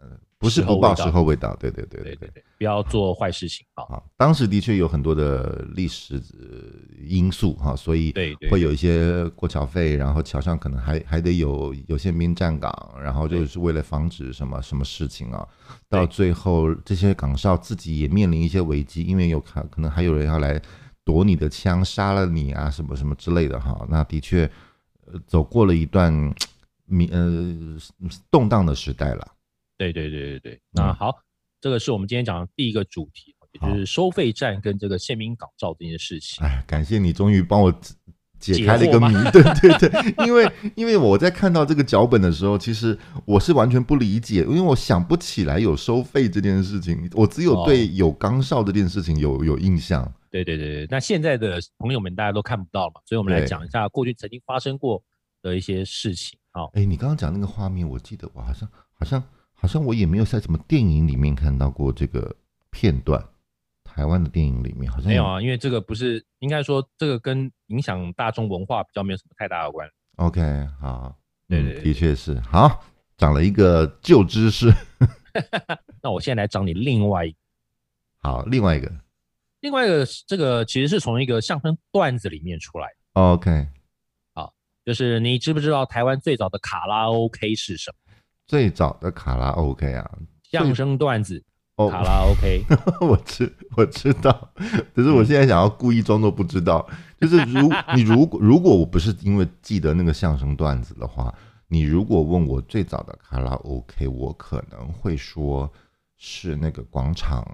S2: 呃不是
S1: 时候
S2: 不报
S1: 未到
S2: 时候未到，对对对
S1: 对对
S2: 对。
S1: 对，不要做坏事情啊。
S2: 啊，当时的确有很多的历史呃因素哈、所以
S1: 对对
S2: 会有一些过桥费，然后桥上可能还还得有有宪兵站岗，然后就
S1: 对
S2: 是为了防止什么什么事情啊，
S1: 对
S2: 到最后这些岗哨自己也面临一些危机，因为有可可能还有人要来夺你的枪，杀了你啊，什么什么之类的哈。那的确，呃走过了一段民呃动荡的时代了。
S1: 对对对对对，那
S2: 嗯
S1: 好，这个是我们今天讲的第一个主题，也就是收费站跟这个宪兵港照这件事情。
S2: 哎，感谢你终于帮我解解
S1: 解
S2: 开了一
S1: 惑
S2: 个
S1: 吗
S2: 谜。 对对对，因为因为我在看到这个脚本的时候，其实我是完全不理解，因为我想不起来有收费这件事情，我只有
S1: 哦
S2: 对有岗哨这件事情有有印象。
S1: 对对对对，那现在的朋友们大家都看不到了嘛，所以我们来
S2: 对
S1: 讲一下过去曾经发生过的一些事情啊。
S2: 哎，你刚刚讲那个画面，我记得我好像好像好像我也没有在什么电影里面看到过这个片段，台湾的电影里面好像
S1: 没有啊，因为这个不是应该说这个跟影响大众文化比较没有什么太大的关系。
S2: OK，好，
S1: 对
S2: 嗯
S1: 对对
S2: 的确是好，长了一个旧知识。
S1: 那我现在来讲你另外一
S2: 好，另外一个
S1: 另外一个是这个其实是从一个相声段子里面出来的，
S2: OK。
S1: 就是你知不知道台湾最早的卡拉 OK 是什么？
S2: 最早的卡拉 OK 啊，
S1: 相声段子
S2: 哦，
S1: 卡拉 OK，
S2: 我知我知道，可是我现在想要故意装作不知道，就是如 你如果如果我不是因为记得那个相声段子的话，你如果问我最早的卡拉 OK，我可能会说是那个广场，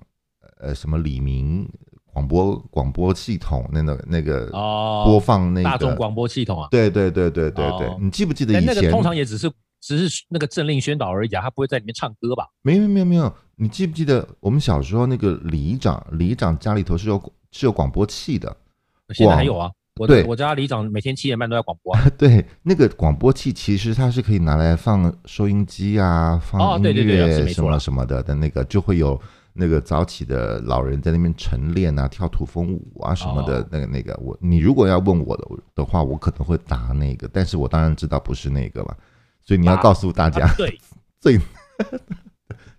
S2: 呃，什么李明广播广播系统那个那个
S1: 哦
S2: 播放那个、
S1: 大众广播系统啊，
S2: 对对对对对对，
S1: 哦
S2: 你记不记得
S1: 但
S2: 以
S1: 那
S2: 前
S1: 个通常也只是只是那个政令宣导而已啊，他不会在里面唱歌吧？
S2: 没有没有没有，你记不记得我们小时候那个里长，里长家里头是有是有广播器的，
S1: 现在还有啊，我
S2: 对
S1: 我家里长每天七点半都在广 播啊、
S2: 对，那个广播器其实它是可以拿来放收音机啊，
S1: 哦
S2: 放
S1: 对
S2: 音
S1: 对对是
S2: 乐
S1: 没
S2: 什
S1: 错
S2: 么
S1: 啦
S2: 什么的的那个，就会有那个早起的老人在那边晨练啊，跳土风舞啊什么的
S1: 哦，
S2: 那个那个我你如果要问我的的话，我可能会答那个，但是我当然知道不是那个了，所以你要
S1: 答
S2: 告诉大家
S1: 啊对，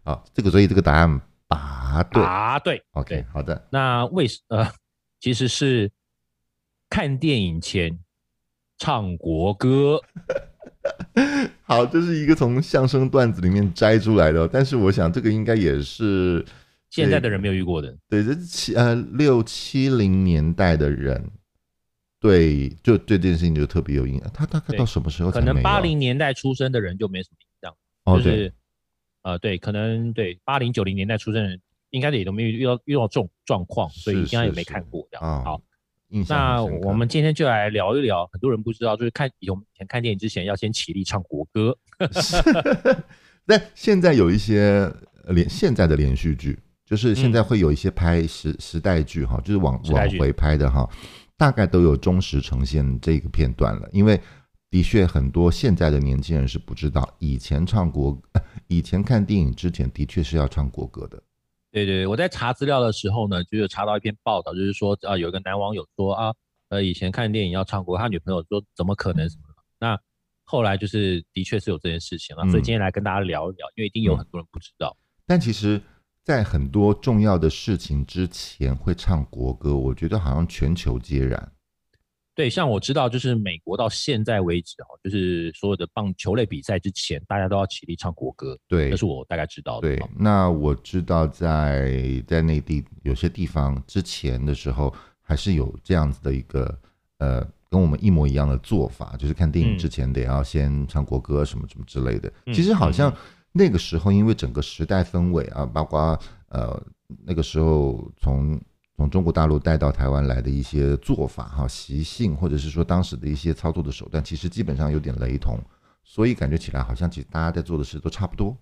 S2: 啊，这个所以这个答案答 对
S1: 答啊对。
S2: ，OK，
S1: 对
S2: 好的，
S1: 那为什呃，其实是看电影前唱国歌，
S2: 好，这是一个从相声段子里面摘出来的哦，但是我想这个应该也是
S1: 现在的人没有遇过的。
S2: 对这七呃六七零年代的人，对就对这件事情就特别有印象。他大概
S1: 对
S2: 到什么时候才
S1: 可
S2: 没有？
S1: 能八零年代出生的人就没什么印象，
S2: 哦，
S1: 就
S2: 对，
S1: 是呃对，可能对八零九零年代出生的人应该也都没有遇到遇到这种状况，所以
S2: 是
S1: 应该也
S2: 是
S1: 没
S2: 是
S1: 看过这样。
S2: 啊
S1: 好，
S2: 印象
S1: 那
S2: 很深刻
S1: 我们今天就来聊一聊，很多人不知道，就是看以我们以前看电影之前要先起立唱国歌。
S2: 但现在有一些呃连现在的连续剧，就是现在会有一些拍时时代剧哈，就是往
S1: 嗯时代
S2: 往
S1: 剧
S2: 回拍的哈，大概都有忠实呈现这个片段了。因为的确很多现在的年轻人是不知道，以前唱国， 呃以前看电影之前的确是要唱国歌的。
S1: 对对，对，我在查资料的时候呢，就有查到一篇报道，就是说啊、有一个男网友说啊，呃，以前看电影要唱国歌，他女朋友说怎么可能什么的。那后来就是的确是有这件事情了，所以
S2: 嗯
S1: 今天来跟大家聊一聊，因为一定有
S2: 嗯
S1: 很多人不知道。
S2: 但其实，在很多重要的事情之前会唱国歌，我觉得好像全球皆然。
S1: 对，像我知道，就是美国到现在为止哦，就是所有的棒球类比赛之前，大家都要起立唱国歌，
S2: 对
S1: 这，是我大概知道的。
S2: 对
S1: 哦，
S2: 那我知道在在内地有些地方之前的时候，还是有这样子的一个呃，跟我们一模一样的做法，就是看电影
S1: 嗯
S2: 之前得要先唱国歌什么什么之类的。
S1: 嗯
S2: 其实好像
S1: 嗯
S2: 那个时候，因为整个时代氛围啊，包括呃那个时候从从中国大陆带到台湾来的一些做法哈、习性，或者是说当时的一些操作的手段，其实基本上有点雷同，所以感觉起来好像其实大家在做的事都差不多。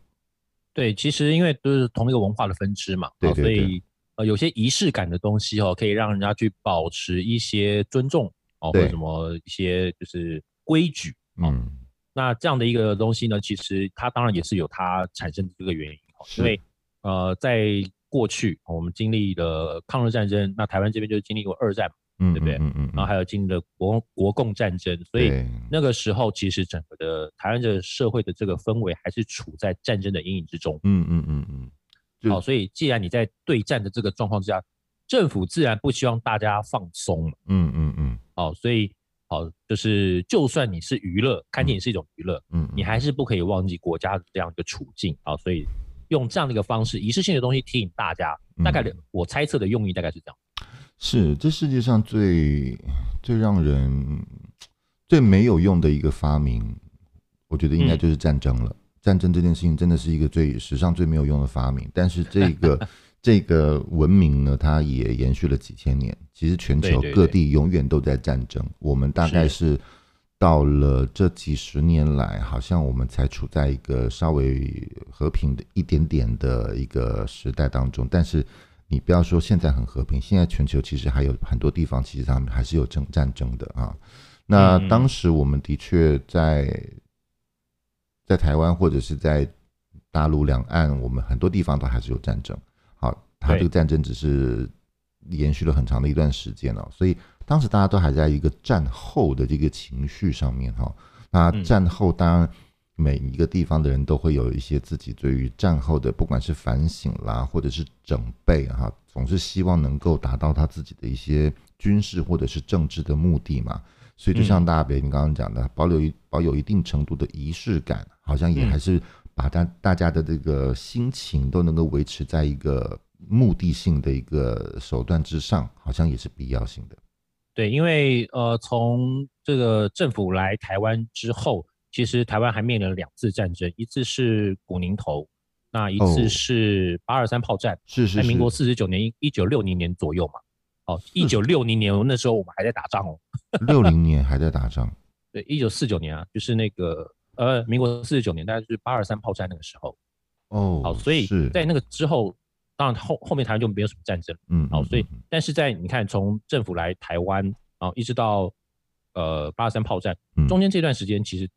S1: 对，其实因为都是同一个文化的分支嘛，
S2: 对
S1: 啊所
S2: 对对
S1: 以呃有些仪式感的东西哦，可以让人家去保持一些尊重哦，或
S2: 对
S1: 者什么一些就是规矩。
S2: 嗯。
S1: 那这样的一个东西呢，其实它当然也是有它产生的这个原因哦，
S2: 是
S1: 因为呃在过去哦我们经历了抗日战争，那台湾这边就经历过二战，
S2: 嗯，
S1: 对不对
S2: 嗯嗯，嗯
S1: 然后还有经历了国国共战争，所以
S2: 对
S1: 那个时候其实整个的台湾的社会的这个氛围还是处在战争的阴影之中。
S2: 嗯嗯嗯嗯，就
S1: 好、所以既然你在对战的这个状况之下，政府自然不希望大家放松嘛。
S2: 嗯嗯嗯
S1: 好、所以好、就是就算你是娱乐，看电影是一种娱乐，
S2: 嗯，
S1: 你还是不可以忘记国家的这样一个处境啊、所以用这样的一个方式，仪式性的东西提醒大家，大概的、
S2: 嗯
S1: 我猜测的用意大概是这样。
S2: 是这世界上最最让人最没有用的一个发明，我觉得应该
S1: 嗯
S2: 就是战争了。战争这件事情真的是一个最史上最没有用的发明，但是这 个这个文明呢，它也延续了几千年。其实全球
S1: 对对
S2: 各
S1: 对
S2: 地永远都在战争，我们大概是到了这几十年来，好像我们才处在一个稍微和平的一点点的一个时代当中。但是你不要说现在很和平，现在全球其实还有很多地方，其实他们还是有争战争的啊。那
S1: 嗯
S2: 当时我们的确在在台湾或者是在大陆两岸，我们很多地方都还是有战争。好，它
S1: 对
S2: 这个战争只是延续了很长的一段时间哦，所以当时大家都还在一个战后的这个情绪上面哈、那
S1: 嗯
S2: 战后当然每一个地方的人都会有一些自己对于战后的，不管是反省啦，或者是整备哈、总是希望能够达到他自己的一些军事或者是政治的目的嘛。所以就像大北你刚刚讲的，保留一保有一定程度的仪式感，好像也
S1: 嗯
S2: 还是把大大家的这个心情都能够维持在一个目的性的一个手段之上，好像也是必要性的。
S1: 对，因为呃，从这个政府来台湾之后，其实台湾还面临了两次战争，一次是古宁头，那一
S2: 哦
S1: 次是八二三炮战，
S2: 是是
S1: 在
S2: 是，嗯
S1: 民国四十九年一九六零年左右嘛。哦，一九六零年那时候我们还在打仗哦，
S2: 六零年还在打仗，
S1: 对，一九四九年啊，就是那个呃，民国四十九年，大概就是八二三炮战那个时候。
S2: 哦，
S1: 好，所以
S2: 是
S1: 在那个之后，当然后后面台湾就没有什么战争。
S2: 嗯，
S1: 好
S2: 嗯
S1: 所以
S2: 嗯
S1: 但是在你看，从政府来台湾，然后一直到呃八二三炮战
S2: 嗯，
S1: 中间这段时间，其实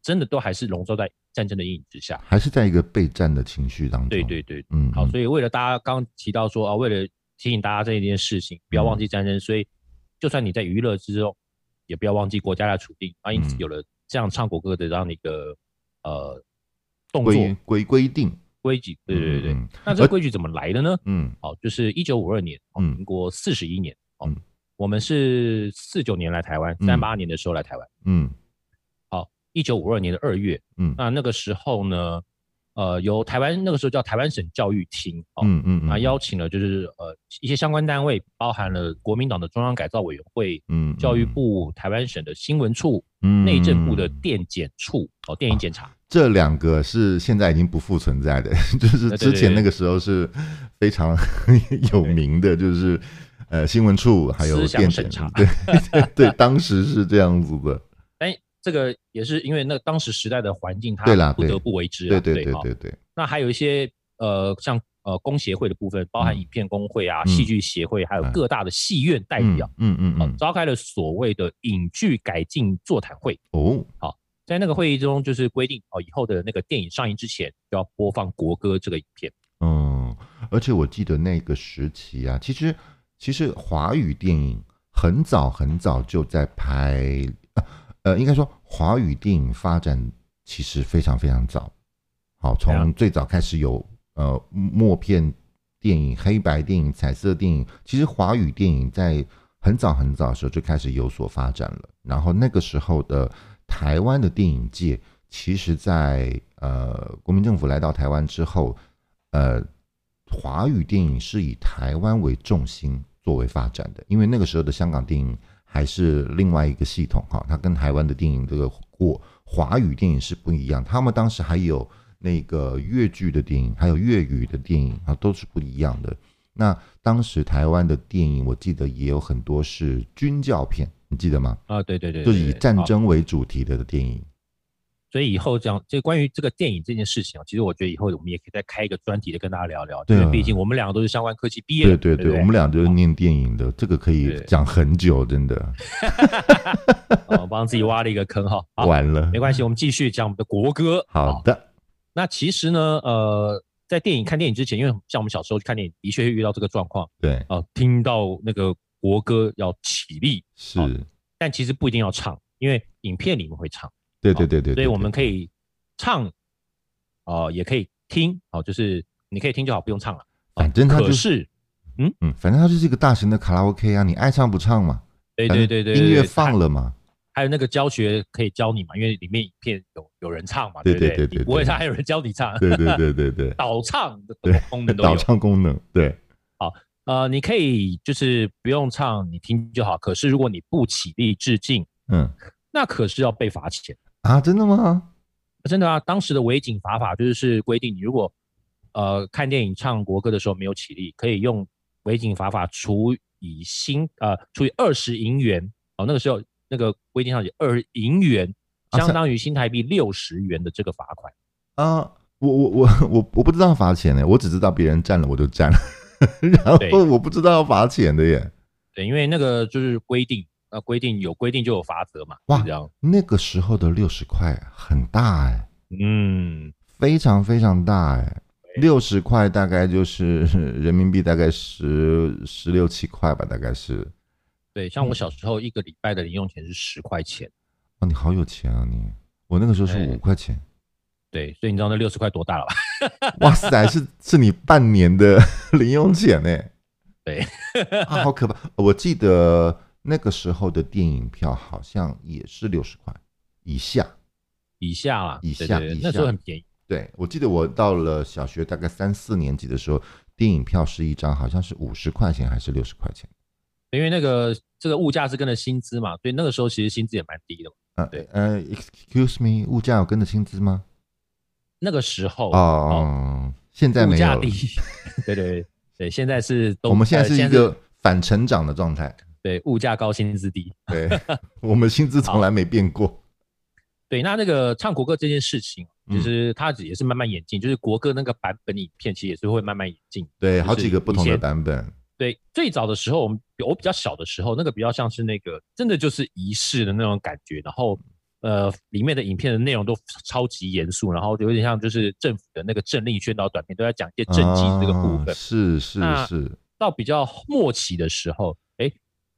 S1: 真的都还是笼罩在战争的阴影之下。
S2: 还是在一个备战的情绪当中。
S1: 对，对对，
S2: 嗯，
S1: 好，
S2: 嗯
S1: 所以为了大家刚刚提到说啊，为了提醒大家这一件事情，不要
S2: 嗯
S1: 忘记战争，所以就算你在娱乐之中，也不要忘记国家的处境啊，因此
S2: 嗯
S1: 有了这样唱国歌的这样的一个呃动作
S2: 规规规定，
S1: 规矩，对对对对。
S2: 嗯
S1: 那这个规矩怎么来的呢？
S2: 嗯
S1: 哦，就是一九五二年，哦，
S2: 嗯
S1: 民国四十一年，哦，
S2: 嗯
S1: 我们是四九年来台湾，
S2: 嗯
S1: 三八年的时候来台湾，
S2: 嗯
S1: 一九五二年的二月，
S2: 嗯
S1: 那那个时候呢，呃，由台湾那个时候叫台湾省教育厅，哦，
S2: 嗯嗯嗯，
S1: 那邀请了就是呃一些相关单位，包含了国民党的中央改造委员会、
S2: 嗯嗯
S1: 教育部、台湾省的新闻处、
S2: 嗯啊
S1: 内政部的
S2: 嗯
S1: 电检处，哦，电影检查，
S2: 这两个是现在已经不复存在的， 就是
S1: 对对
S2: 之前
S1: 对
S2: 那个时候是非 常有名的，就是呃新闻处还有
S1: 思想
S2: 电
S1: 审
S2: 检
S1: 查，
S2: 对对对，当时是这样子的，
S1: 但这个也是因为那当时时代的环境，它
S2: 对啦
S1: 不
S2: 对
S1: 得不为之
S2: 对
S1: 啊，
S2: 对对
S1: 哦
S2: 对对，
S1: 那还有一些呃，像呃工协会的部分，包含
S2: 嗯
S1: 影片工会啊、
S2: 嗯
S1: 戏剧协会，还有
S2: 嗯
S1: 各大的戏院代
S2: 嗯
S1: 表，
S2: 嗯嗯
S1: 啊
S2: 嗯，
S1: 召开了所谓的影剧改进座谈会。
S2: 哦，
S1: 在那个会议中，就是规定哦，以后的那个电影上映之前，就要播放国歌这个影片。
S2: 嗯，而且我记得那个时期啊，其实其实华语电影很早很早就在拍，呃呃，应该说华语电影发展其实非常非常早。好，
S1: 对啊
S2: 从最早开始有呃默片电影、黑白电影、彩色电影，其实华语电影在很早很早的时候就开始有所发展了。然后那个时候的台湾的电影界，其实在呃国民政府来到台湾之后，呃，华语电影是以台湾为重心作为发展的，因为那个时候的香港电影还是另外一个系统哈，它跟台湾的电影这个国华语电影是不一样，他们当时还有那个粤剧的电影，还有粤语的电影啊，都是不一样的。那当时台湾的电影，我记得也有很多是军教片，你记得吗？
S1: 啊，对对对，
S2: 就是以
S1: 对
S2: 战。
S1: 啊
S2: 争为主题的电影。
S1: 所以以后讲这关于这个电影这件事情啊，其实我觉得以后我们也可以再开一个专题的跟大家聊聊，
S2: 对啊
S1: 因为毕竟我们两个都是相关科技毕业的
S2: 对
S1: 人，
S2: 对
S1: 对
S2: 对，
S1: 不
S2: 我们俩就是念电影的，这个可以
S1: 对
S2: 讲很久，真的
S1: 哦帮自己挖了一个坑哈。好，
S2: 完了
S1: 没。关系，我们继续讲我们的国歌。
S2: 好的。
S1: 那其实呢，呃，在电影看电影之前，因为像我们小时候去看电影，的确会遇到这个状况
S2: 对，
S1: 啊，听到那个国歌要起立，
S2: 是，
S1: 但其实不一定要唱，因为影片里面会唱，
S2: 对对对对，
S1: 所以
S2: 对
S1: 我们
S2: 对
S1: 可以唱，呃，也可以听，哦、就是你可以听就好，不用唱了。啊
S2: 反正它就
S1: 可
S2: 是
S1: 是，
S2: 嗯，反正它就是一个大型的卡拉 OK 啊，你爱唱不唱嘛，
S1: 对
S2: 反
S1: 对对
S2: 正
S1: 对，
S2: 音乐
S1: 对
S2: 放，了嘛，
S1: 还还有那个教学可以教你嘛，因为里面影片有有人唱嘛，
S2: 对
S1: 不
S2: 对
S1: 对
S2: 对对
S1: 你不会
S2: 对
S1: 唱还有人教你唱，
S2: 对对对对对，
S1: 导唱的
S2: 对
S1: 功 能都
S2: 导
S1: 有。
S2: 唱功能，对，
S1: 呃，你可以就是不用唱，你听就好。可是如果你不起立致敬，
S2: 嗯
S1: 那可是要被罚钱。
S2: 啊，真的吗？
S1: 真的啊，当时的违警罚法就是规定，你如果呃看电影唱国歌的时候没有起立，可以用违警罚法除以新呃除以二十银元哦，那个时候那个规定上写二银元，
S2: 啊
S1: 相
S2: 是
S1: 当于新台币六十元的这个罚款。
S2: 啊，我我我我我不知道罚钱呢，我只知道别人占了我就占了， 然
S1: 对
S2: 后我不知道要罚钱的耶。
S1: 对，因为那个就是规定，那、规定有规定就有罚则嘛，
S2: 哇
S1: 是这样。
S2: 那个时候的六十块很大哎，
S1: 嗯，
S2: 非常非常大哎，六十块大概就是人民币大概十十六七块吧，大概是。
S1: 对，像我小时候一个礼拜的零用钱是十块钱，
S2: 啊，你好有钱啊你！我那个时候是
S1: 对
S2: 五块钱，
S1: 对，所以你知道那六十块多大了吧？
S2: 哇塞，是是你半年的 零用钱呢。
S1: 对，
S2: 啊，好可怕！我记得那个时候的电影票好像也是六十块以下。
S1: 以下啦，
S2: 以
S1: 对
S2: 下
S1: 对对
S2: 以
S1: 那时候
S2: 下
S1: 很便宜。
S2: 对，我记得我到了小学大概三四年级的时候，电影票是一张好像是五十块钱还是六十块钱。
S1: 因为那个这个物价是跟着薪资嘛，所以那个时候其实薪资也蛮低的嘛。
S2: 呃
S1: 对
S2: 呃，excuse me，物价有跟着薪资吗？
S1: 那个时候
S2: 哦，哦，现在
S1: 物
S2: 没有
S1: 价
S2: 了
S1: 低。， 对对对对，现在是都
S2: 我们现在
S1: 呃
S2: 是一个反成长的状态，
S1: 对物价高，薪资低。
S2: 对，我们薪资从来没变过。
S1: 对，那那个唱国歌这件事情，
S2: 嗯
S1: 其实它也是慢慢演进，就是国歌那个版本影片，其实也是会慢慢演进。
S2: 对，
S1: 就是
S2: 好几个不同
S1: 以
S2: 的
S1: 前
S2: 版本。
S1: 对，最早的时候，我们我比较小的时候，那个比较像是那个真的就是仪式的那种感觉，然后呃，里面的影片的内容都超级严肃，然后有点像就是政府的那个政令宣导短片，都在讲一些政绩这个部分。
S2: 啊是是
S1: 那
S2: 是，
S1: 到比较末期的时候，哎，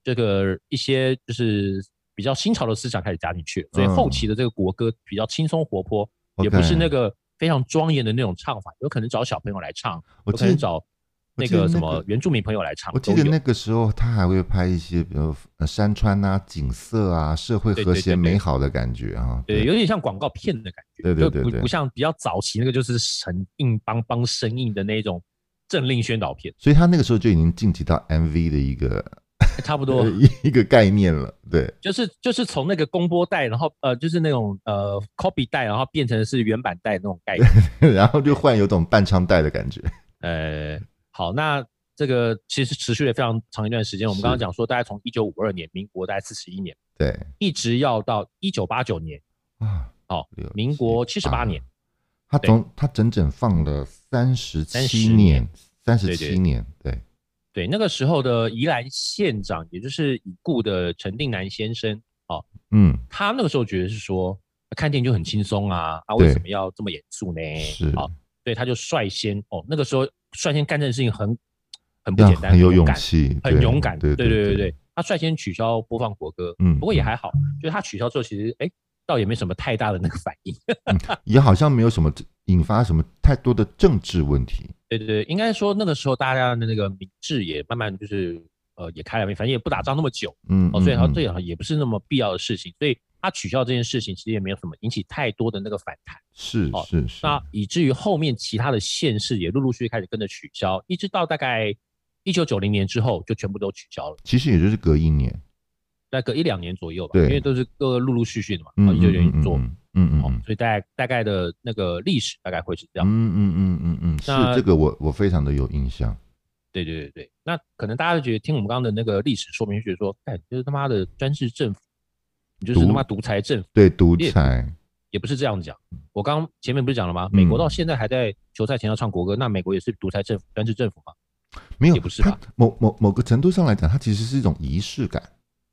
S1: 这个一些就是比较新潮的思想开始加进去，所以
S2: 嗯
S1: 后期的这个国歌比较轻松活泼，也
S2: OK
S1: 不是那个非常庄严的那种唱法，有可能找小朋友来唱，
S2: 我
S1: 有可
S2: 记得
S1: 能找
S2: 我
S1: 那
S2: 记得
S1: 个什
S2: 那
S1: 么
S2: 个
S1: 原住民朋友来唱，
S2: 我记
S1: 都
S2: 得
S1: 有
S2: 那个时候他还会拍一些，比如呃山川啊、景色啊、社会
S1: 对
S2: 和
S1: 对
S2: 谐
S1: 对对
S2: 美好的感觉啊。
S1: 对，，有点像广告片的感觉，
S2: 对对
S1: 就
S2: 对对
S1: 不不像比较早期那个就是很硬邦邦生硬的那种政令宣导片，
S2: 所以他那个时候就已经晋级到 MV 的一个
S1: 哎
S2: 呃
S1: 差不多
S2: 一个概念了。对，
S1: 就是就是从那个公播带，然后呃就是那种呃 copy 带，然后变成是原版带那种概 念。
S2: 然后就换有种半唱带的感觉。
S1: 呃，好，那这个其实持续了非常长一段时间。我们
S2: 是
S1: 刚刚讲说，大概从一九五二年，民国大概四十一年，
S2: 对
S1: 一直要到一九八九年，
S2: 啊，
S1: 哦
S2: 六，
S1: 民国七十八年。
S2: 他总他整整放了三十七
S1: 37
S2: 年
S1: 年，
S2: 三十
S1: 对对
S2: 七年，对，
S1: 对，那个时候的宜兰县长，也就是已故的陈定南先生，哦，
S2: 嗯，
S1: 他那个时候觉得是说，呃看电影就很轻松啊，啊，为
S2: 对
S1: 什么要这么严肃呢？
S2: 是
S1: 好，所以他就率先哦，那个时候率先干这件事情很很不
S2: 要
S1: 简单，
S2: 啊很有勇
S1: 敢，
S2: 气，
S1: 很
S2: 对
S1: 勇敢。
S2: 对
S1: 对对
S2: 对
S1: 对，他率先取消播放国歌，
S2: 嗯
S1: 不过也还好，就是他取消之后，其实哎，倒也没什么太大的那个反应。
S2: 也好像没有什么引发什么太多的政治问题。
S1: 对对对，应该说那个时候大家的那个民智也慢慢就是呃也开了，反正也不打仗那么久
S2: 嗯，
S1: 哦，所以好像
S2: 嗯
S1: 这也也不是那么必要的事情，所以他取消这件事情其实也没有什么引起太多的那个反弹。
S2: 是
S1: 哦
S2: 是是，
S1: 那以至于后面其他的县市也陆陆续续开始跟着取消，一直到大概一九九零年之后就全部都取消了，
S2: 其实也就是隔一年，
S1: 大概隔一两年左右吧，
S2: 对
S1: 因为都是各陆陆续续的嘛，啊
S2: 嗯，
S1: 一九九零
S2: 嗯
S1: 哦做，
S2: 嗯嗯嗯
S1: 哦
S2: 嗯，
S1: 所以大概大概的那个历史大概会是这样，
S2: 嗯嗯嗯嗯嗯，是
S1: 那
S2: 这个我我非常的有印象。
S1: 对对对对，那可能大家就觉得听我们刚刚的那个历史说明，就觉得说，哎，就是他妈的专制政府，你就是
S2: 独
S1: 他妈独裁政府，
S2: 对独
S1: 也
S2: 裁，
S1: 也不是这样讲。我刚前面不是讲了吗？
S2: 嗯
S1: 美国到现在还在球赛前要唱国歌，那美国也是独裁政府、专制政府嘛？
S2: 没有，
S1: 也不是
S2: 它
S1: 吧
S2: 某某某个程度上来讲，它其实是一种仪式感。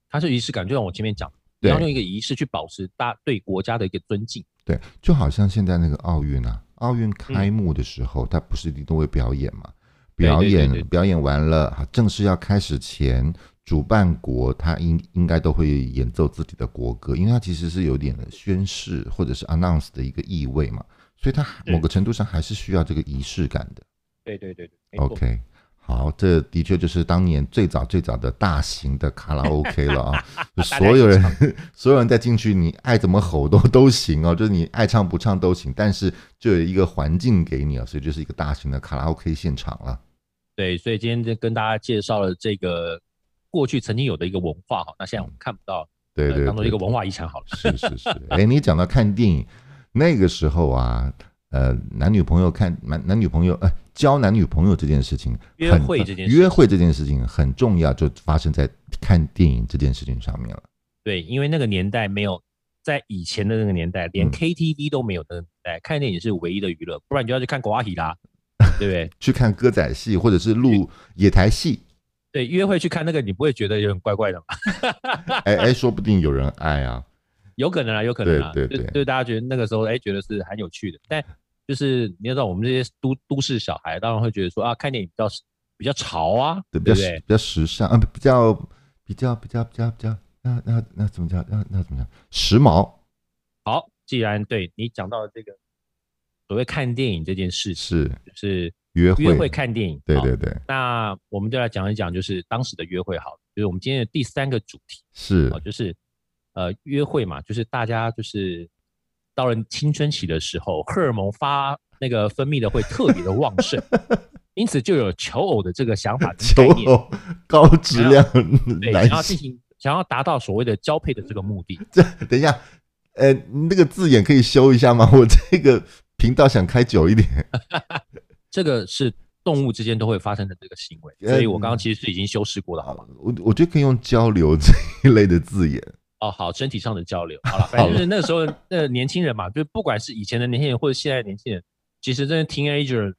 S1: 它是仪式感，就像我前面讲的，你
S2: 对
S1: 要用一个仪式去保持大对国家的一个尊敬。
S2: 对，就好像现在那个奥运啊，奥运开幕的时候，它不是一定都会表演嘛？
S1: 嗯对
S2: 表
S1: 对对对
S2: 演表演完了，啊正式要开始前，主办国他应应该都会演奏自己的国歌，因为它其实是有点宣誓或者是 announce 的一个意味嘛，所以它
S1: 是
S2: 某个程度上还是需要这个仪式感的。
S1: 对对对对没错
S2: OK，好，这的确就是当年最早最早的大型 的卡拉 OK 了啊，就
S1: 大家
S2: 所
S1: 一
S2: 有人 所有人在进去，你爱怎么吼都都行哦，就是你爱唱不唱都行，但是就有一个环境给你啊，所以就是一个大型的卡拉 OK 现场了。
S1: 对，所以今天就跟大家介绍了这个过去曾经有的一个文化哈，那现在我们看不到，
S2: 嗯对
S1: 呃
S2: 对，
S1: 当做一个
S2: 对
S1: 文化遗产好了。
S2: 是是是，哎，你讲到看电影，那个时候啊，呃，男女朋友看男男女朋友，呃，交男女朋友这件事情，
S1: 约
S2: 很
S1: 会
S2: 很
S1: 这件事
S2: 约会这件事情很重要，就发生在看电影这件事情上面了。
S1: 对，因为那个年代没有，在以前的那个年代，连
S2: 嗯
S1: KTV 都没有的年代，看电影是唯一的娱乐，不然你就要去看国阿喜 啦，对不对？
S2: 去看歌仔戏或者是录野 台戏，
S1: 对，约会去看那个，你不会觉得有点怪怪的吗？
S2: 哎哎，说不定有人爱啊。
S1: 有可能啊，有可能啊，
S2: 对对对
S1: 就就大家觉得那个时候，哎，觉得是很有趣的，但就是你要知道，我们这些都都市小孩，当然会觉得说啊，看电影比较比较潮啊，对
S2: 对，比较
S1: 不
S2: 时
S1: 对？
S2: 比较时尚啊，比较比较比较比较比较，那那那怎么讲？那那怎么讲？时髦
S1: 好，既然对你讲到了这个所谓看电影这件事情，
S2: 是
S1: 就是
S2: 约会，
S1: 约会看电影，
S2: 对
S1: 好
S2: 对对，
S1: 那我们就来讲一讲，就是当时的约会好了，就是我们今天的第三个主题
S2: 是
S1: 啊，就是呃约会嘛，就是大家就是到了青春期的时候，荷尔蒙发那个分泌的会特别的旺 盛，因此就有求偶的这个想法
S2: 求
S1: 跟概念，
S2: 偶 高质量
S1: 对，
S2: 男
S1: 想要进
S2: 性。
S1: 行想要达到所谓的交配的这个目 的，
S2: 等一下，呃，那个字眼可以修一下吗？ 我这个频道想开久一点。
S1: 这个是动物之间都会发生的这个行为，所以我
S2: 嗯
S1: 刚刚其实是已经修饰过了，好吗？
S2: 我我觉得可以用交流这一类的字眼。
S1: 哦，好，身体上的交流， 好了，反正就是那时候呃年轻人嘛，就是不管是以前的年轻人或者现在的年轻人，其实真的 teenager，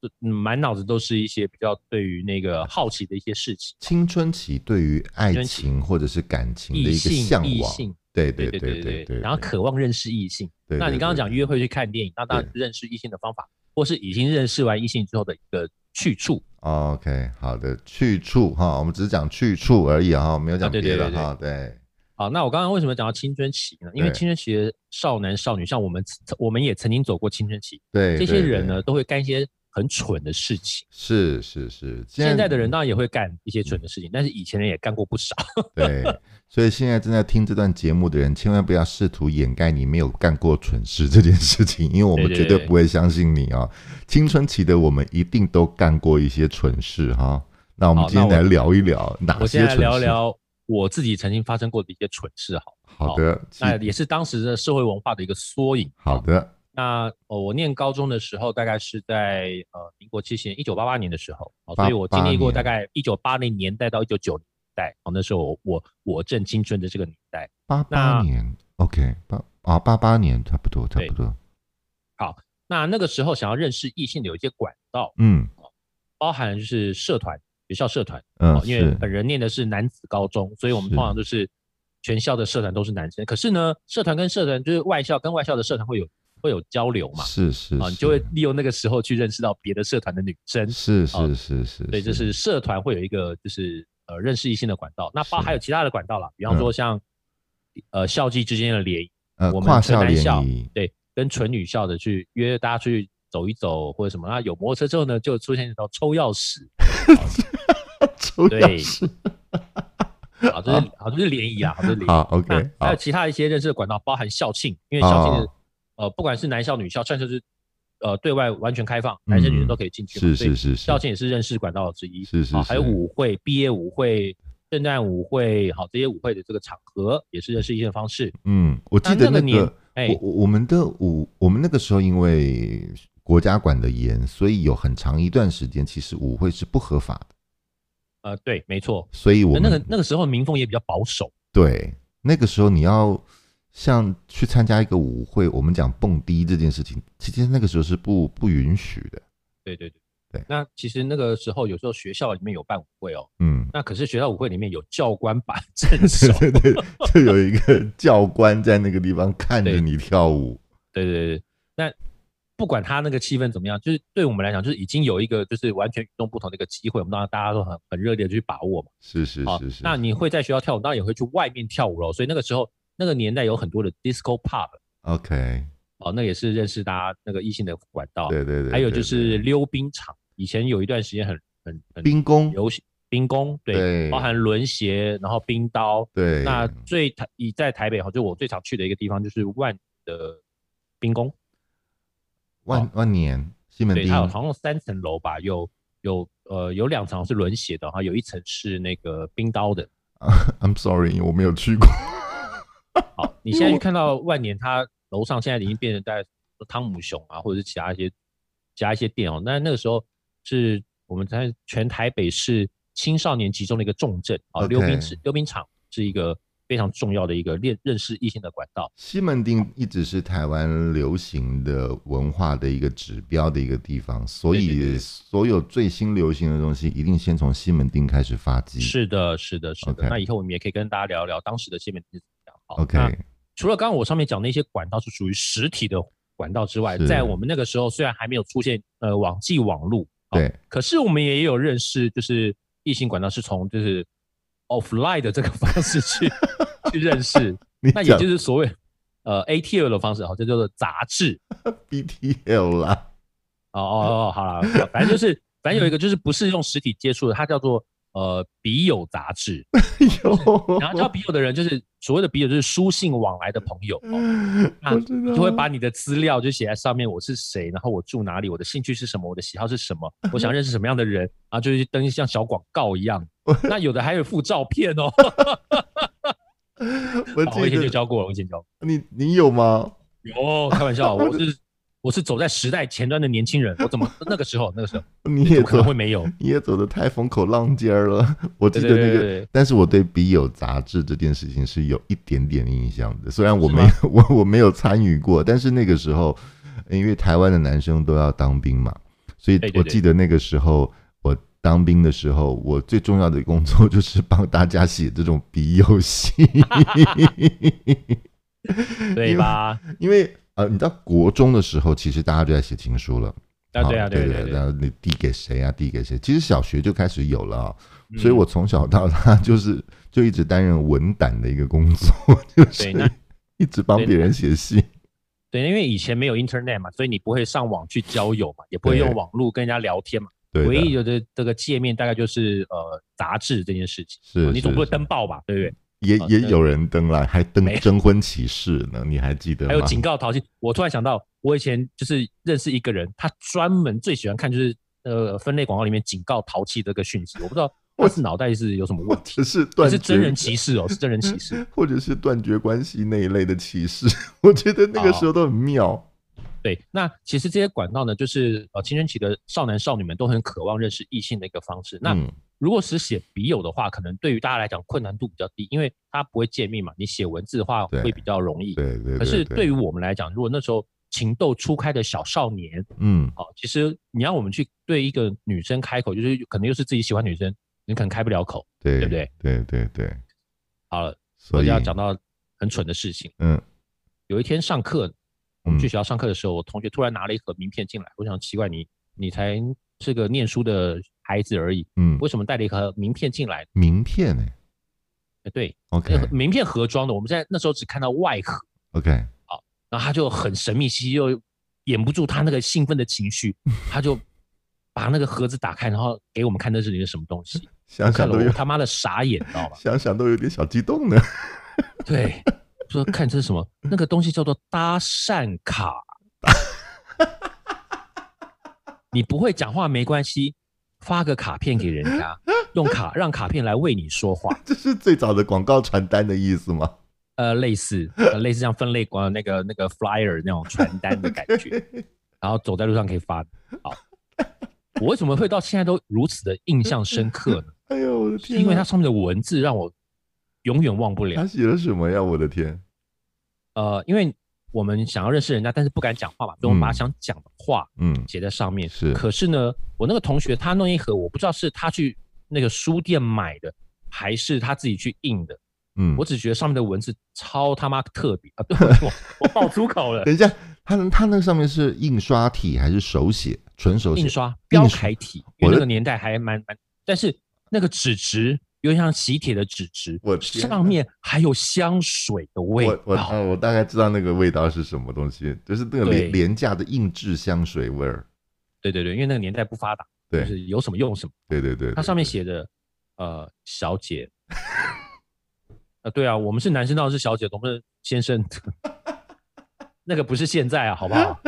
S1: 就嗯满脑子都是一些比较对于那个好奇的一些事情，
S2: 青春期对于爱
S1: 春期
S2: 情或者是感情嗯的
S1: 异
S2: 一个
S1: 性
S2: 向
S1: 异
S2: 往，
S1: 性，
S2: 对
S1: 对
S2: 对
S1: 对
S2: 对
S1: 然后渴望认识异性。
S2: 对
S1: 那你
S2: 对
S1: 刚刚
S2: 对
S1: 讲
S2: 对
S1: 约会去看电影，那当然
S2: 对
S1: 认识异性的方法，或是已经认识完异性之后的一个去处。
S2: 哦 OK，好的，去处哈，我们只是讲去处而已哈，没有
S1: 啊
S2: 讲
S1: 对
S2: 别
S1: 对
S2: 的
S1: 对
S2: 哈。对，
S1: 好，那我刚刚为什么讲到青春期呢？因为
S2: 对
S1: 青春期的少男少女，像我们我们也曾经走过青春期，
S2: 对，
S1: 这些
S2: 对
S1: 人
S2: 对
S1: 呢都会干一些很蠢的事情。
S2: 是是是，
S1: 现在的
S2: 嗯
S1: 人当然也会干一些蠢的事情，但是以前人也干过不少。
S2: 对，所以现在正在听这段节目的人，千万不要试图掩盖你没有干过蠢事这件事情，因为我们
S1: 对对
S2: 绝对
S1: 对
S2: 不会相信你啊、青春期的我们一定都干过一些蠢事哈、那我们
S1: 好
S2: 今天
S1: 那我
S2: 来聊一聊哪
S1: 我
S2: 啊些
S1: 现在
S2: 蠢事。
S1: 聊聊我自己曾经发生过的一些蠢事，好，
S2: 好的，
S1: 那
S2: 记
S1: 也是当时的社会文化的一个缩影。
S2: 好的，
S1: 那呃，我念高中的时候，大概是在呃民国七十年，一九八八年的时候，哦，所以我经历过
S2: 88年
S1: 大概一九八零年代到一九九零年代，哦，那时候我我我正青春的这个年代。
S2: 八
S1: 那
S2: 八年，OK，八啊八八年差不多，差
S1: 对
S2: 不多，
S1: 那那个时候想要认识异性的有一些管道，
S2: 嗯
S1: 包含就是社团、学校社团，
S2: 嗯
S1: 哦，因为
S2: 是
S1: 本人念的是男子高中，所以我们
S2: 是
S1: 通常都是全校的社团都是男生。可是呢，社团跟社团就是外校跟外校的社团会有会有交流嘛，
S2: 是是
S1: 啊，你
S2: 是
S1: 就会利用那个时候去认识到别的社团的女生，
S2: 是
S1: 哦
S2: 是是是，
S1: 所以这是社团会有一个就是呃认识异性的管道。那包
S2: 是嗯
S1: 还有其他的管道啦，比方说像、呃校际之间的联谊，
S2: 呃
S1: 我
S2: 跨
S1: 们纯
S2: 校
S1: 男
S2: 联
S1: 校
S2: 谊，
S1: 对，跟纯女校的去约大家出去走一走或者什么，那有摩托车之后呢，就出现一种抽钥匙。
S2: 抽
S1: 对
S2: 钥匙，
S1: 好，啊这是好，这是联谊啊，好，这是联谊。
S2: 好
S1: 那
S2: OK，
S1: 还
S2: 好
S1: 有其他一些认识的管道，包含校庆，因为校庆的、
S2: 哦
S1: 呃，不管是男校女校，校庆是呃对外完全开放，男生女生都可以进去嘛，
S2: 嗯是
S1: 所以
S2: 是是是，
S1: 校庆也是认识管道之一。
S2: 是是
S1: 啊还有
S2: 是
S1: 舞会、毕业舞会、圣诞舞会，好，这些舞会的这个场合也是认识一些方式。
S2: 嗯，我记
S1: 那
S2: 得
S1: 那个
S2: 那
S1: 年
S2: 个，
S1: 哎
S2: 我我我们的舞，我们那个时候因为国家管的严，所以有很长一段时间，其实舞会是不合法的。
S1: 呃，对，没错。
S2: 所以我们
S1: 那个那个时候民风也比较保守，
S2: 对那个时候你要像去参加一个舞会，我们讲蹦迪这件事情，其实那个时候是不不允许的。
S1: 对对对
S2: 对
S1: 那其实那个时候有时候学校里面有办舞会哦，，
S2: 嗯
S1: 那可是学校舞会里面有教官把 镇守，
S2: 对对， 就有一个教官在那个地方看着
S1: 对
S2: 你跳舞。
S1: 对对对，那不管他那个气氛怎么样，就是对我们来讲，就是已经有一个就是完全与众不同的一个机会，我们当然大家都很很热烈的去把握嘛。
S2: 是是
S1: 好
S2: 是是，
S1: 那你会在学校跳舞，当然也会去外面跳舞喽。所以那个时候那个年代有很多的 disco pub，
S2: OK，
S1: 哦，那也是认识大家那个异性的管道。
S2: 对对对，
S1: 还有
S2: 对
S1: 就
S2: 对
S1: 是溜冰场，以前有一段时间很很很
S2: 冰宫，
S1: 流行冰宫，对，
S2: 对
S1: 包含轮鞋，然后冰刀。
S2: 对，
S1: 那最台以在台北哈，就我最常去的一个地方就是万的冰宫，
S2: 万万年西门
S1: 对，它有
S2: 町，
S1: 好像三层楼吧，有有呃有两层是轮鞋的，哈，有一层是那个冰刀的。
S2: I'm sorry，我没有去过。
S1: 好，你现在去看到万年，它楼上现在已经变成在汤姆熊啊，或者是其他一些其他一些店哦。那那个时候是我们在全台北市青少年集中的一个重镇啊，
S2: OK
S1: 溜冰池、溜冰场是一个非常重要的一个练认识异性的管道。
S2: 西门町一直是台湾流行的文化的一个指标的一个地方，所
S1: 对对
S2: 以
S1: 对
S2: 所有最新流行的东西一定先从西门町开始发迹。
S1: 是的，是的，是的。
S2: OK
S1: 那以后我们也可以跟大家聊聊当时的西门町是怎么样。好
S2: OK，
S1: 那除了刚刚我上面讲的一些管道是属于实体的管道之外，
S2: 是
S1: 在我们那个时候虽然还没有出现呃网际网路，啊
S2: 对，
S1: 可是我们也有认识，就是异性管道是从就是 offline 的这个方式去 去认识，
S2: 你
S1: 那也
S2: 讲
S1: 就是所谓呃 ATL 的方式，好，这叫做杂志。
S2: BTL 啦，
S1: 哦哦哦，好了，反正就是反正有一个就是不是用实体接触的，它叫做呃笔友杂志。
S2: 有，
S1: 然后叫笔友的人就是所谓的笔友，就是书信往来的朋友。
S2: 嗯
S1: 哦那
S2: 我知道，
S1: 就会把你的资料就写在上面，我是谁，然后我住哪里，我的兴趣是什么，我的喜好是什么，我想认识什么样的人，然后就去登像小广告一样。那有的还有附照片哦，
S2: 我
S1: 我以前就
S2: 记得
S1: 教过了，我以前教过。
S2: 你你有吗？
S1: 有，开玩笑，我是我是走在时代前端的年轻人，我怎么那个时候那个时候
S2: 你
S1: 怎
S2: 也
S1: 么可
S2: 走
S1: 能会没有？
S2: 你也走的太风口浪尖儿了，我记得那个，
S1: 对对对对对
S2: 但是我对笔友杂志这件事情是有一点点印象的，虽然我
S1: 是
S2: 没
S1: 吗
S2: 有我我没有参与过，但是那个时候，因为台湾的男生都要当兵嘛，所以
S1: 对对
S2: 我
S1: 对
S2: 记得那个时候我当兵的时候，我最重要的工作就是帮大家写这种笔友信，
S1: 对吧？啊
S2: 因为呃，你知道国中的时候，其实大家就在写情书了。
S1: 啊，对啊，
S2: 好
S1: 对
S2: 对
S1: 对对
S2: 然，后你递给谁啊？递给谁？其实小学就开始有了啊、
S1: 嗯
S2: 所以我从小到大就是就一直担任文胆的一个工作，就
S1: 对那
S2: 是一直帮别人写信。
S1: 对，因为以前没有 Internet 嘛，所以你不会上网去交友嘛，也不会
S2: 对
S1: 用网络跟人家聊天嘛。
S2: 对
S1: 唯一
S2: 的，
S1: 有的这个界面大概就是呃杂志这件事情，哦
S2: 是
S1: 你总不会
S2: 是
S1: 登报吧，对不对？
S2: 也
S1: 啊
S2: 也
S1: 对
S2: 有人登了，还登
S1: 没有
S2: 征婚启事呢，你还记得吗？
S1: 还有警告淘气，我突然想到，我以前就是认识一个人，他专门最喜欢看就是呃分类广告里面警告淘气这个讯息，我不知 道他是脑袋是有什么
S2: 或
S1: 问题，
S2: 者是
S1: 可
S2: 断
S1: 是
S2: 绝
S1: 真人歧视哦，是真人歧 视。
S2: 或者是断绝关系那一类的启事，我觉得那个时候都很妙。
S1: 哦对，那其实这些管道呢，就是呃青春期的少男少女们都很渴望认识异性的一个方式。那
S2: 嗯
S1: 如果是写笔友的话，可能对于大家来讲困难度比较低，因为它不会见面嘛，你写文字的话
S2: 对
S1: 会比较容易。
S2: 对对对，
S1: 可是对
S2: 对
S1: 于我们来讲，如果那时候情窦初开的小少年，
S2: 嗯
S1: 哦，其实你让我们去对一个女生开口，就是可能又是自己喜欢女生，你可能开不了口。
S2: 对
S1: 对不对
S2: 对对对，
S1: 好了，
S2: 所
S1: 我
S2: 以
S1: 就要讲到很蠢的事情。
S2: 嗯
S1: 有一天上课，我
S2: 嗯
S1: 们去学校上课的时候，我同学突然拿了一盒名片进来，我想奇怪你，你才是个念书的孩子而已，
S2: 嗯，
S1: 为什么带了一盒名片进来？
S2: 名片哎、
S1: 哎对，
S2: OK
S1: 那盒名片盒装的，我们在那时候只看到外盒，
S2: OK，
S1: 然后他就很神秘兮兮，又掩不住他那个兴奋的情绪，他就把那个盒子打开，然后给我们看那是里面什么东西。
S2: 想
S1: 看
S2: 想
S1: 了
S2: 都有
S1: 我他妈的傻眼，你知道吗？
S2: 想想都有点小激动呢。
S1: 对，说看这是什么？那个东西叫做搭讪卡。你不会讲话没关系，发个卡片给人家，用卡让卡片来为你说话。
S2: 这是最早的广告传单的意思吗？
S1: 呃，类似呃类似像分类管那个那个 flyer 那种传单的感 觉，然后走在路上可以发。好，我为什么会到现在都如此的印象深刻呢？
S2: 哎呦，我的
S1: 是
S2: 天啊！啊
S1: 因为它啊上面的文字让我永远忘不了
S2: 他。写了什么呀？我的天！
S1: 呃，因为我们想要认识人家，但是不敢讲话嘛，所以我们把
S2: 嗯
S1: 想讲的话
S2: 嗯，
S1: 写在上面。
S2: 是
S1: 可是呢，我那个同学他弄一盒，我不知道是他去那个书店买的，还是他自己去印的。
S2: 嗯，
S1: 我只觉得上面的文字超他妈特别啊！对我我爆粗口了。
S2: 等一下，他他那上面是印刷体还是手写？纯手写？
S1: 印刷标楷体，因
S2: 我
S1: 为
S2: 的
S1: 那个年代还蛮蛮，但是那个纸质有点像喜帖的纸质
S2: 我，天哪
S1: 上面还有香水的味
S2: 我我
S1: 道。
S2: 啊，我大概知道那个味道是什么东西，就是那个
S1: 对
S2: 廉廉价的硬质香水味儿。
S1: 对对对，因为那个年代不发达，就
S2: 对
S1: 是有什么用什么。
S2: 对对对，
S1: 它
S2: 对
S1: 上面
S2: 对
S1: 写着呃小姐，啊对啊，我们是男生当然是小姐，我们是先生， 那个不是现在啊，好不好？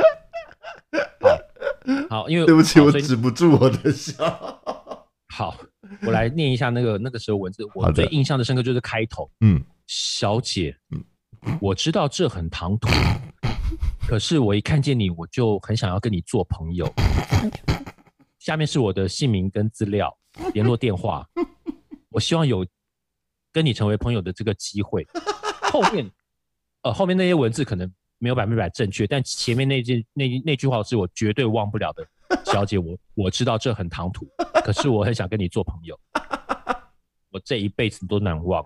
S1: 好，好，因为
S2: 对不起，
S1: 好
S2: 我
S1: 所以
S2: 止不住我的笑。
S1: 好，我来念一下那个那个时候文字，
S2: 好
S1: 我
S2: 的
S1: 最印象的深刻就是开头，
S2: 嗯，
S1: 小姐
S2: 嗯，
S1: 我知道这很唐 突，可是我一看见你，我就很想要跟你做朋友。下面是我的姓名跟资料、联络电话，我希望有跟你成为朋友的这个机会。后面，呃，后面那些文字可能没有百分之百正确，但前面那句那那句话是我绝对忘不了的。小姐，我我知道这很唐突，可是我很想跟你做朋友，我这一辈子都难忘。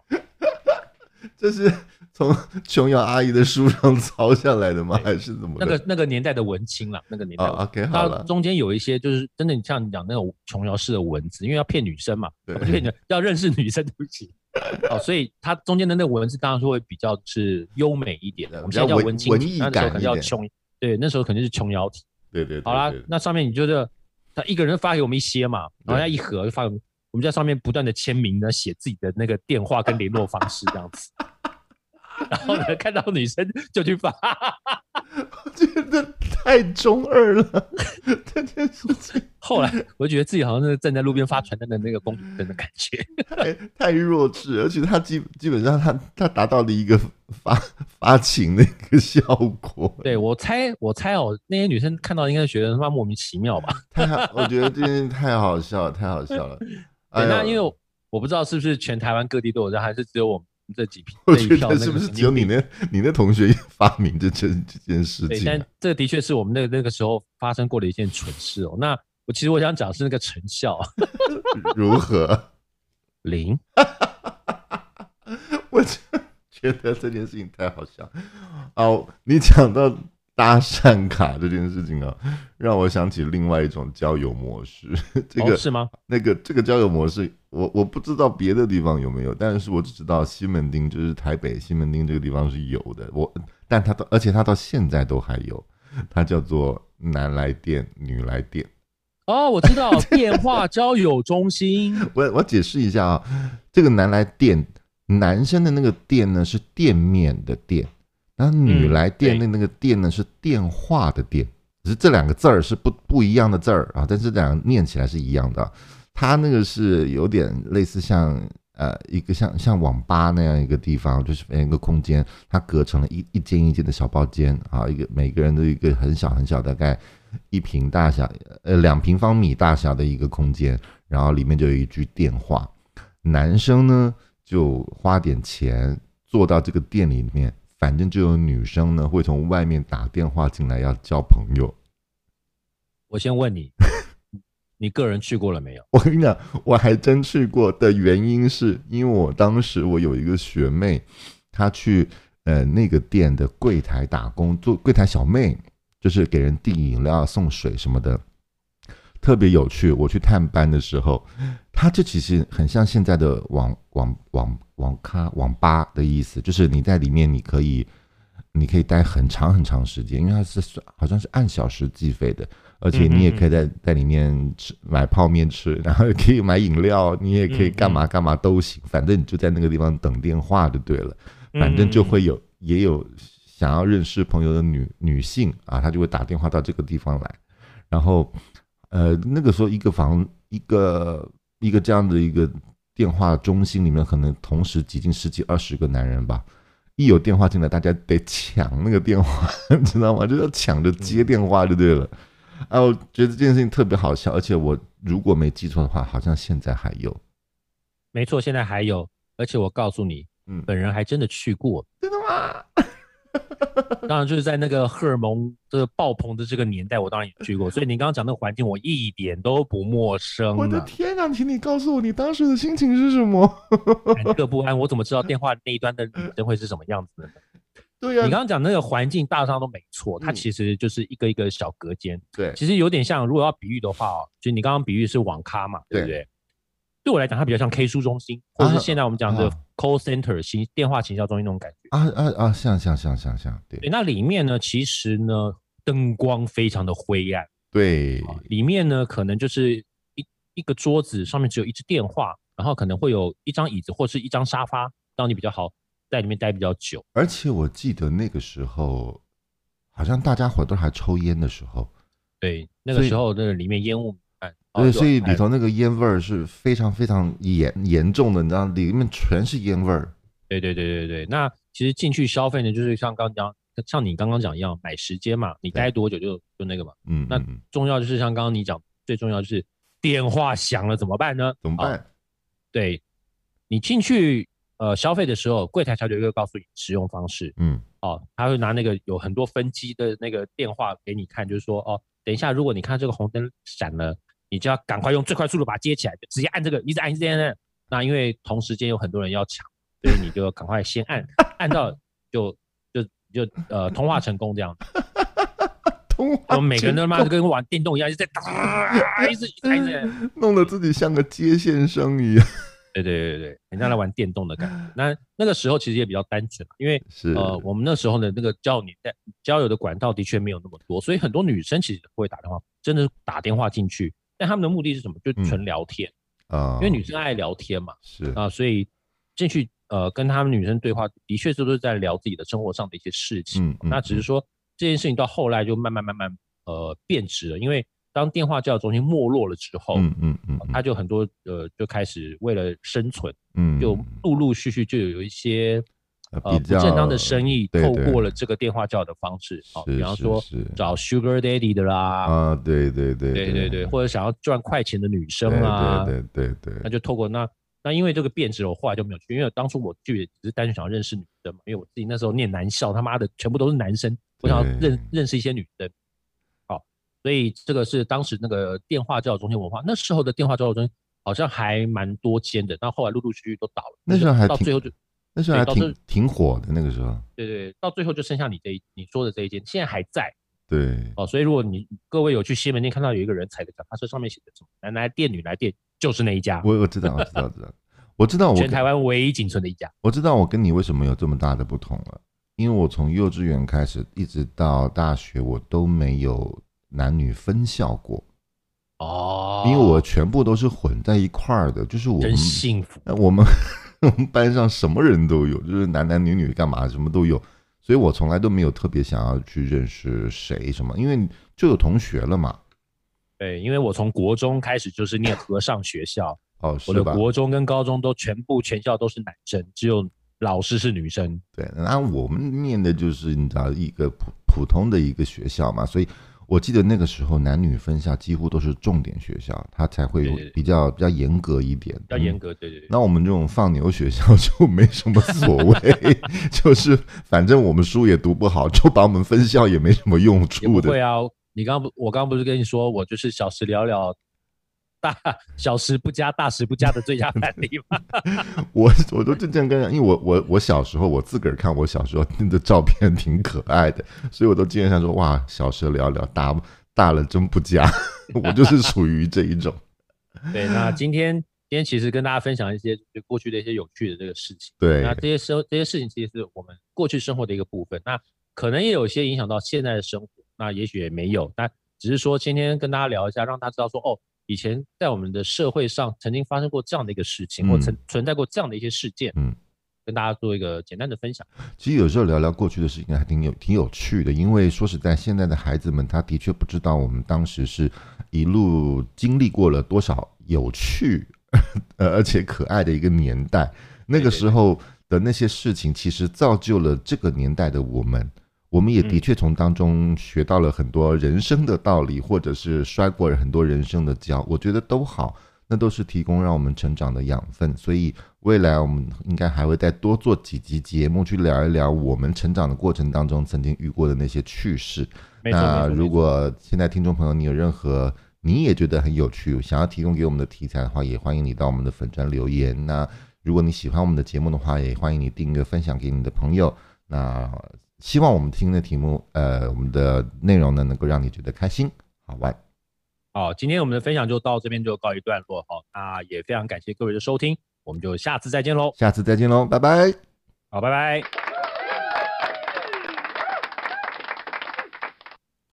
S2: 这是从琼瑶阿姨的书上抄下来的吗？还是怎么
S1: 那
S2: 的？
S1: 个那个年代的文青啦，那个年代
S2: 啊
S1: 文
S2: ，OK，
S1: 青。
S2: 好
S1: 它
S2: 了，
S1: 中间有一些就是真的，你像你讲那种琼瑶式的文字，因为要骗女生嘛，
S2: 对
S1: 啊不是骗女要认识女生，对不起。哦，所以它中间的那个文字当然是会比较是优美一点的。我们
S2: 比
S1: 现
S2: 较
S1: 在叫
S2: 文
S1: 文青
S2: 文
S1: 体
S2: 艺
S1: 那时候
S2: 感
S1: 可能
S2: 一
S1: 叫
S2: 点
S1: 琼，对，那时候肯定是琼瑶体。
S2: 对对对，
S1: 好啦
S2: 对，
S1: 那上面你觉得他一个人发给我们一些嘛，然后他一盒就发给我们，我们在上面不断的签名呢，写自己的那个电话跟联络方式这样子。 然后呢，看到女生就去 发，
S2: 我觉得太中二了， 这件事情
S1: 后来我觉得自己好像是站在路边发传单的那个公主生的感觉。
S2: 太太弱智，而且他基基本上他他达到了一个发发情的一个效果。
S1: 对我猜，我猜哦，那些女生看到应该觉得他妈莫名其妙吧？
S2: 太好，我觉得这件事太好笑了，太好笑了。
S1: 对，
S2: 哎
S1: 那
S2: 呦
S1: 因为我我不知道是不是全台湾各地都有这样，还是只有我们这几批
S2: 我
S1: 这一
S2: 觉
S1: 票
S2: 得
S1: 那
S2: 是不
S1: 个
S2: 是
S1: 神
S2: 只有
S1: 经
S2: 你
S1: 病
S2: 那你那同学发明这件这件事
S1: 对，
S2: 情啊、
S1: 但这的确是我们那个那个时候发生过的一件蠢事哦。那我其实我想讲的是那个成效啊 哦
S2: 如何？
S1: 零，
S2: 我真的觉得这件事情太好笑。哦，你讲到搭讪卡这件事情啊，让我想起另外一种交友模式。这个、
S1: 哦、是吗？
S2: 那个这个交友模式，我我不知道别的地方有没有，但是我只知道西门町，就是台北西门町这个地方是有的。我，但它到，而且它到现在都还有，它叫做男来电、女来电。
S1: 哦，我 知道电话交友中心，
S2: 我我解释一下啊、这个男来电，男生的那个电呢是店面的店，然后女
S1: 嗯
S2: 来电
S1: 对
S2: 的那个电呢是电话的电，只是这两个字儿是不不一样的字儿啊，但是两个念起来是一样的啊。它那个是有点类似像呃一个像像网吧那样一个地方，就是呃一个空间，它隔成了一一间一间的小包间啊，一个每个人都有一个很小很小，大概一平大小呃两平方米大小的一个空间，然后里面就有一句电话，男生呢就花点钱坐到这个店里面。反正就有女生呢，会从外面打电话进来要交朋友。
S1: 我先问你，你个人去过了没有？
S2: 我跟你讲，我还真去过的原因是因为我当时我有一个学妹，她去呃那个店的柜台打工，做柜台小妹，就是给人递饮料、送水什么的，特别有趣。我去探班的时候，它这其实很像现在的网网网网咖、网吧的意思，就是你在里面你可以。你可以待很长很长时间，因为它是算好像是按小时计费的，而且你也可以在在里面吃买泡面吃，然后也可以买饮料，你也可以干嘛干嘛都行，反正你就在那个地方等电话就对了，
S1: 嗯
S2: 反正就会有也有想要认识朋友的女女性啊，她就会打电话到这个地方来，然后呃那个时候一个房一个一个这样的一个电话中心里面，可能同时挤进十几二十个男人吧。一有电话进来，大家得抢那个电话， 你知道吗？就要抢着接电话就对了。啊，我觉得这件事情特别好笑，而且我如果没记错的话，好像现在还有。
S1: 没错，现在还有，而且我告诉你，
S2: 嗯
S1: 本人还真的去过，
S2: 真的吗？
S1: 当然就是在那个荷尔蒙的爆棚的这个年代，我当然也去过，所以你刚刚讲那个环境，我一点都不陌生
S2: 我的
S1: 啊，
S2: 天啊！请你告诉我你当时的心情是什么？
S1: 忐忑哎不安，我怎么知道电话那一端的女生会是什么样子呢？
S2: 对呀、
S1: 你刚刚讲那个环境大致上都没错，它
S2: 嗯
S1: 其实就是一个一个小隔间，
S2: 对
S1: 其实有点像，如果要比喻的话哦，就你刚刚比喻是网咖嘛，对不
S2: 对
S1: 对？对我来讲，它比较像 K 书中心，或者
S2: 啊
S1: 是现在我们讲的
S2: 啊
S1: call center 行电话行销中心那种感觉。
S2: 啊啊啊，像像像像像，
S1: 对，
S2: 对
S1: 那里面呢，其实呢，灯光非常的灰暗，
S2: 对
S1: 啊里面呢可能就是一一个桌子上面只有一只电话，然后可能会有一张椅子或是一张沙发，让你比较好在里面待比较久。
S2: 而且我记得那个时候，好像大家伙都还抽烟的时候，
S1: 对，那
S2: 所
S1: 个
S2: 以
S1: 时候那个里面烟雾弥漫，
S2: 对，所以里
S1: 头。
S2: 头那个烟味儿是非常非常严严重的，你知道，里面全是烟味儿。
S1: 对对对对对，那其实进去消费呢，就是像刚刚像你刚刚讲一样，买时间嘛，你待多久就就那个嘛。
S2: 嗯，
S1: 那
S2: 嗯嗯
S1: 重要就是像刚刚你讲，最重要就是电话响了怎么办呢？
S2: 怎么
S1: 好？
S2: 办？
S1: 对，你进去呃消费的时候，柜台小姐会告诉你使用方式
S2: 嗯，
S1: 哦，她会拿那个有很多分机的那个电话给你看，就是说哦，等一下如果你看这个红灯闪了，你就要赶快用最快速度把它接起来，就直接按这个，一直按一直按一直按。那因为同时间有很多人要抢，所以你就赶快先按，按到就就就呃通话成功这样子。
S2: 通
S1: 我
S2: 话
S1: 们每个人
S2: 真
S1: 都妈就跟玩电动一样，一直在打，一直一直按一直按。
S2: 弄得自己像个接线生一样。
S1: 对对对对，人家来玩电动的感觉。那那个时候其实也比较单纯啊，因为
S2: 是，
S1: 呃，我们那时候的那个交友年代，交友的管道的确没有那么多，所以很多女生其实会打电话，真的是打电话进去。但他们的目的是什么？就
S2: 嗯
S1: 纯聊天，
S2: 啊，
S1: 因为女生爱聊天嘛，
S2: 是
S1: 啊、所以进去呃跟他们女生对话，的确是都是在聊自己的生活上的一些事情。
S2: 嗯嗯
S1: 那只是说这件事情到后来就慢慢慢慢呃变质了，因为当电话交友中心没落了之后，
S2: 嗯嗯嗯，
S1: 他就很多呃就开始为了生存。
S2: 嗯
S1: 就哦陆陆续续就有一些
S2: 呃
S1: 呃
S2: 比
S1: 不正当的
S2: 较
S1: 生意
S2: 对
S1: 透
S2: 对
S1: 过了这个电话叫的方式，哦，
S2: 是
S1: 比方
S2: 是
S1: 说
S2: 是
S1: 找 Sugar Daddy 的啦，
S2: 啊，对对对
S1: 对对对，或者想要赚快钱的女生
S2: 对
S1: 啊，
S2: 对对对
S1: 那
S2: 对，
S1: 就透过那那因为这个变质，我后来就没有去，因为当初我去也只是单纯想要认识女生嘛，因为我自己那时候念男校，他妈的全部都是男生，我想要认认识一些女生。好，所以这个是当时那个电话交友中心文化，那时候的电话交友中心好像还蛮多间的，但后来陆陆续续都倒了，
S2: 那时候还
S1: 到
S2: 挺
S1: 最后就。
S2: 那时候还
S1: 对到这
S2: 挺挺火的那个时候，
S1: 对对，到最后就剩下你这一你说的这一间，现在还在
S2: 对，
S1: 哦。所以如果你各位有去西门店看到有一个人踩个脚踏车，上面写的什么男来店、女来店，就是那一家，
S2: 我我知道我知道知道，我知道我
S1: 全
S2: 跟
S1: 台湾唯一仅存的一家。
S2: 我知道我跟你为什么有这么大的不同了，因为我从幼稚园开始一直到大学，我都没有男女分校过，
S1: 哦，
S2: 因为我全部都是混在一块儿的，就是我们
S1: 真幸福，
S2: 那我们 我们班上什么人都有，就是男男女女干嘛什么都有，所以我从来都没有特别想要去认识谁什么，因为就有同学了嘛。
S1: 对，因为我从国中开始就是念和尚学校，
S2: 哦，
S1: 我
S2: 是
S1: 的
S2: 吧？
S1: 国中跟高中都全部全校都是男生，只有老师是女生。
S2: 对，那我们念的就是你知道一个普普通的一个学校嘛，所以我记得那个时候男女分校几乎都是重点学校，它才会有
S1: 对对对
S2: 比较比较严格一点，
S1: 要严
S2: 嗯
S1: 格，对对对，
S2: 那我们这种放牛学校就没什么所谓， 就是反正我们书也读不好，就把我们分校也没什么用
S1: 也不
S2: 处
S1: 会
S2: 的。
S1: 啊。你刚不，我刚不是跟你说，我就是小时聊聊， 大小时不加，大时不加的最佳范例吗？
S2: 我 我都正经跟人，因为我我我小时候我自个儿看我小时候的照片挺可爱的，所以我都经常说哇，小时候聊聊大大了真不假， 我就是属于这一种。
S1: 对，那今天今天其实跟大家分享一些就是过去的一些有趣的这个事情。
S2: 对
S1: 那，这些生这些事情其实是我们过去生活的一个部分，那可能也有些影响到现在的生活，那也许也没有，那只是说今天跟大家聊一下，让大家知道说哦，以前在我们的社会上曾经发生过这样的一个事情，或
S2: 嗯
S1: 存存在过这样的一些事件，
S2: 嗯，
S1: 跟大家做一个简单的分享。
S2: 其实有时候聊聊过去的事情还挺有挺有趣的，因为说实在，现在的孩子们他的确不知道我们当时是一路经历过了多少有趣， 呃，而且可爱的一个年代。那个
S1: 对对
S2: 时候的那些事情，其实造就了这个年代的我们。我们也的
S1: 嗯
S2: 确从当中学到了很多人生的道理，或者是摔过了很多人生的跤，我觉得都好。那都是提供让我们成长的养分，所以未来我们应该还会再多做几集节目，去聊一聊我们成长的过程当中曾经遇过的那些趣事。
S1: 没错，
S2: 那
S1: 没错，
S2: 如
S1: 没错
S2: 果现在听众朋友你有任何你也觉得很有趣，想要提供给我们的题材的话，也欢迎你到我们的粉专留言。那如果你喜欢我们的节目的话，也欢迎你订阅分享给你的朋友。那希望我们听的题目，呃，我们的内容呢，能够让你觉得开心、好玩。
S1: 好，今天我们的分享就到这边就告一段落。好，那也非常感谢各位的收听，我们就下次再见喽。
S2: 下次再见喽，拜拜。
S1: 好，拜拜。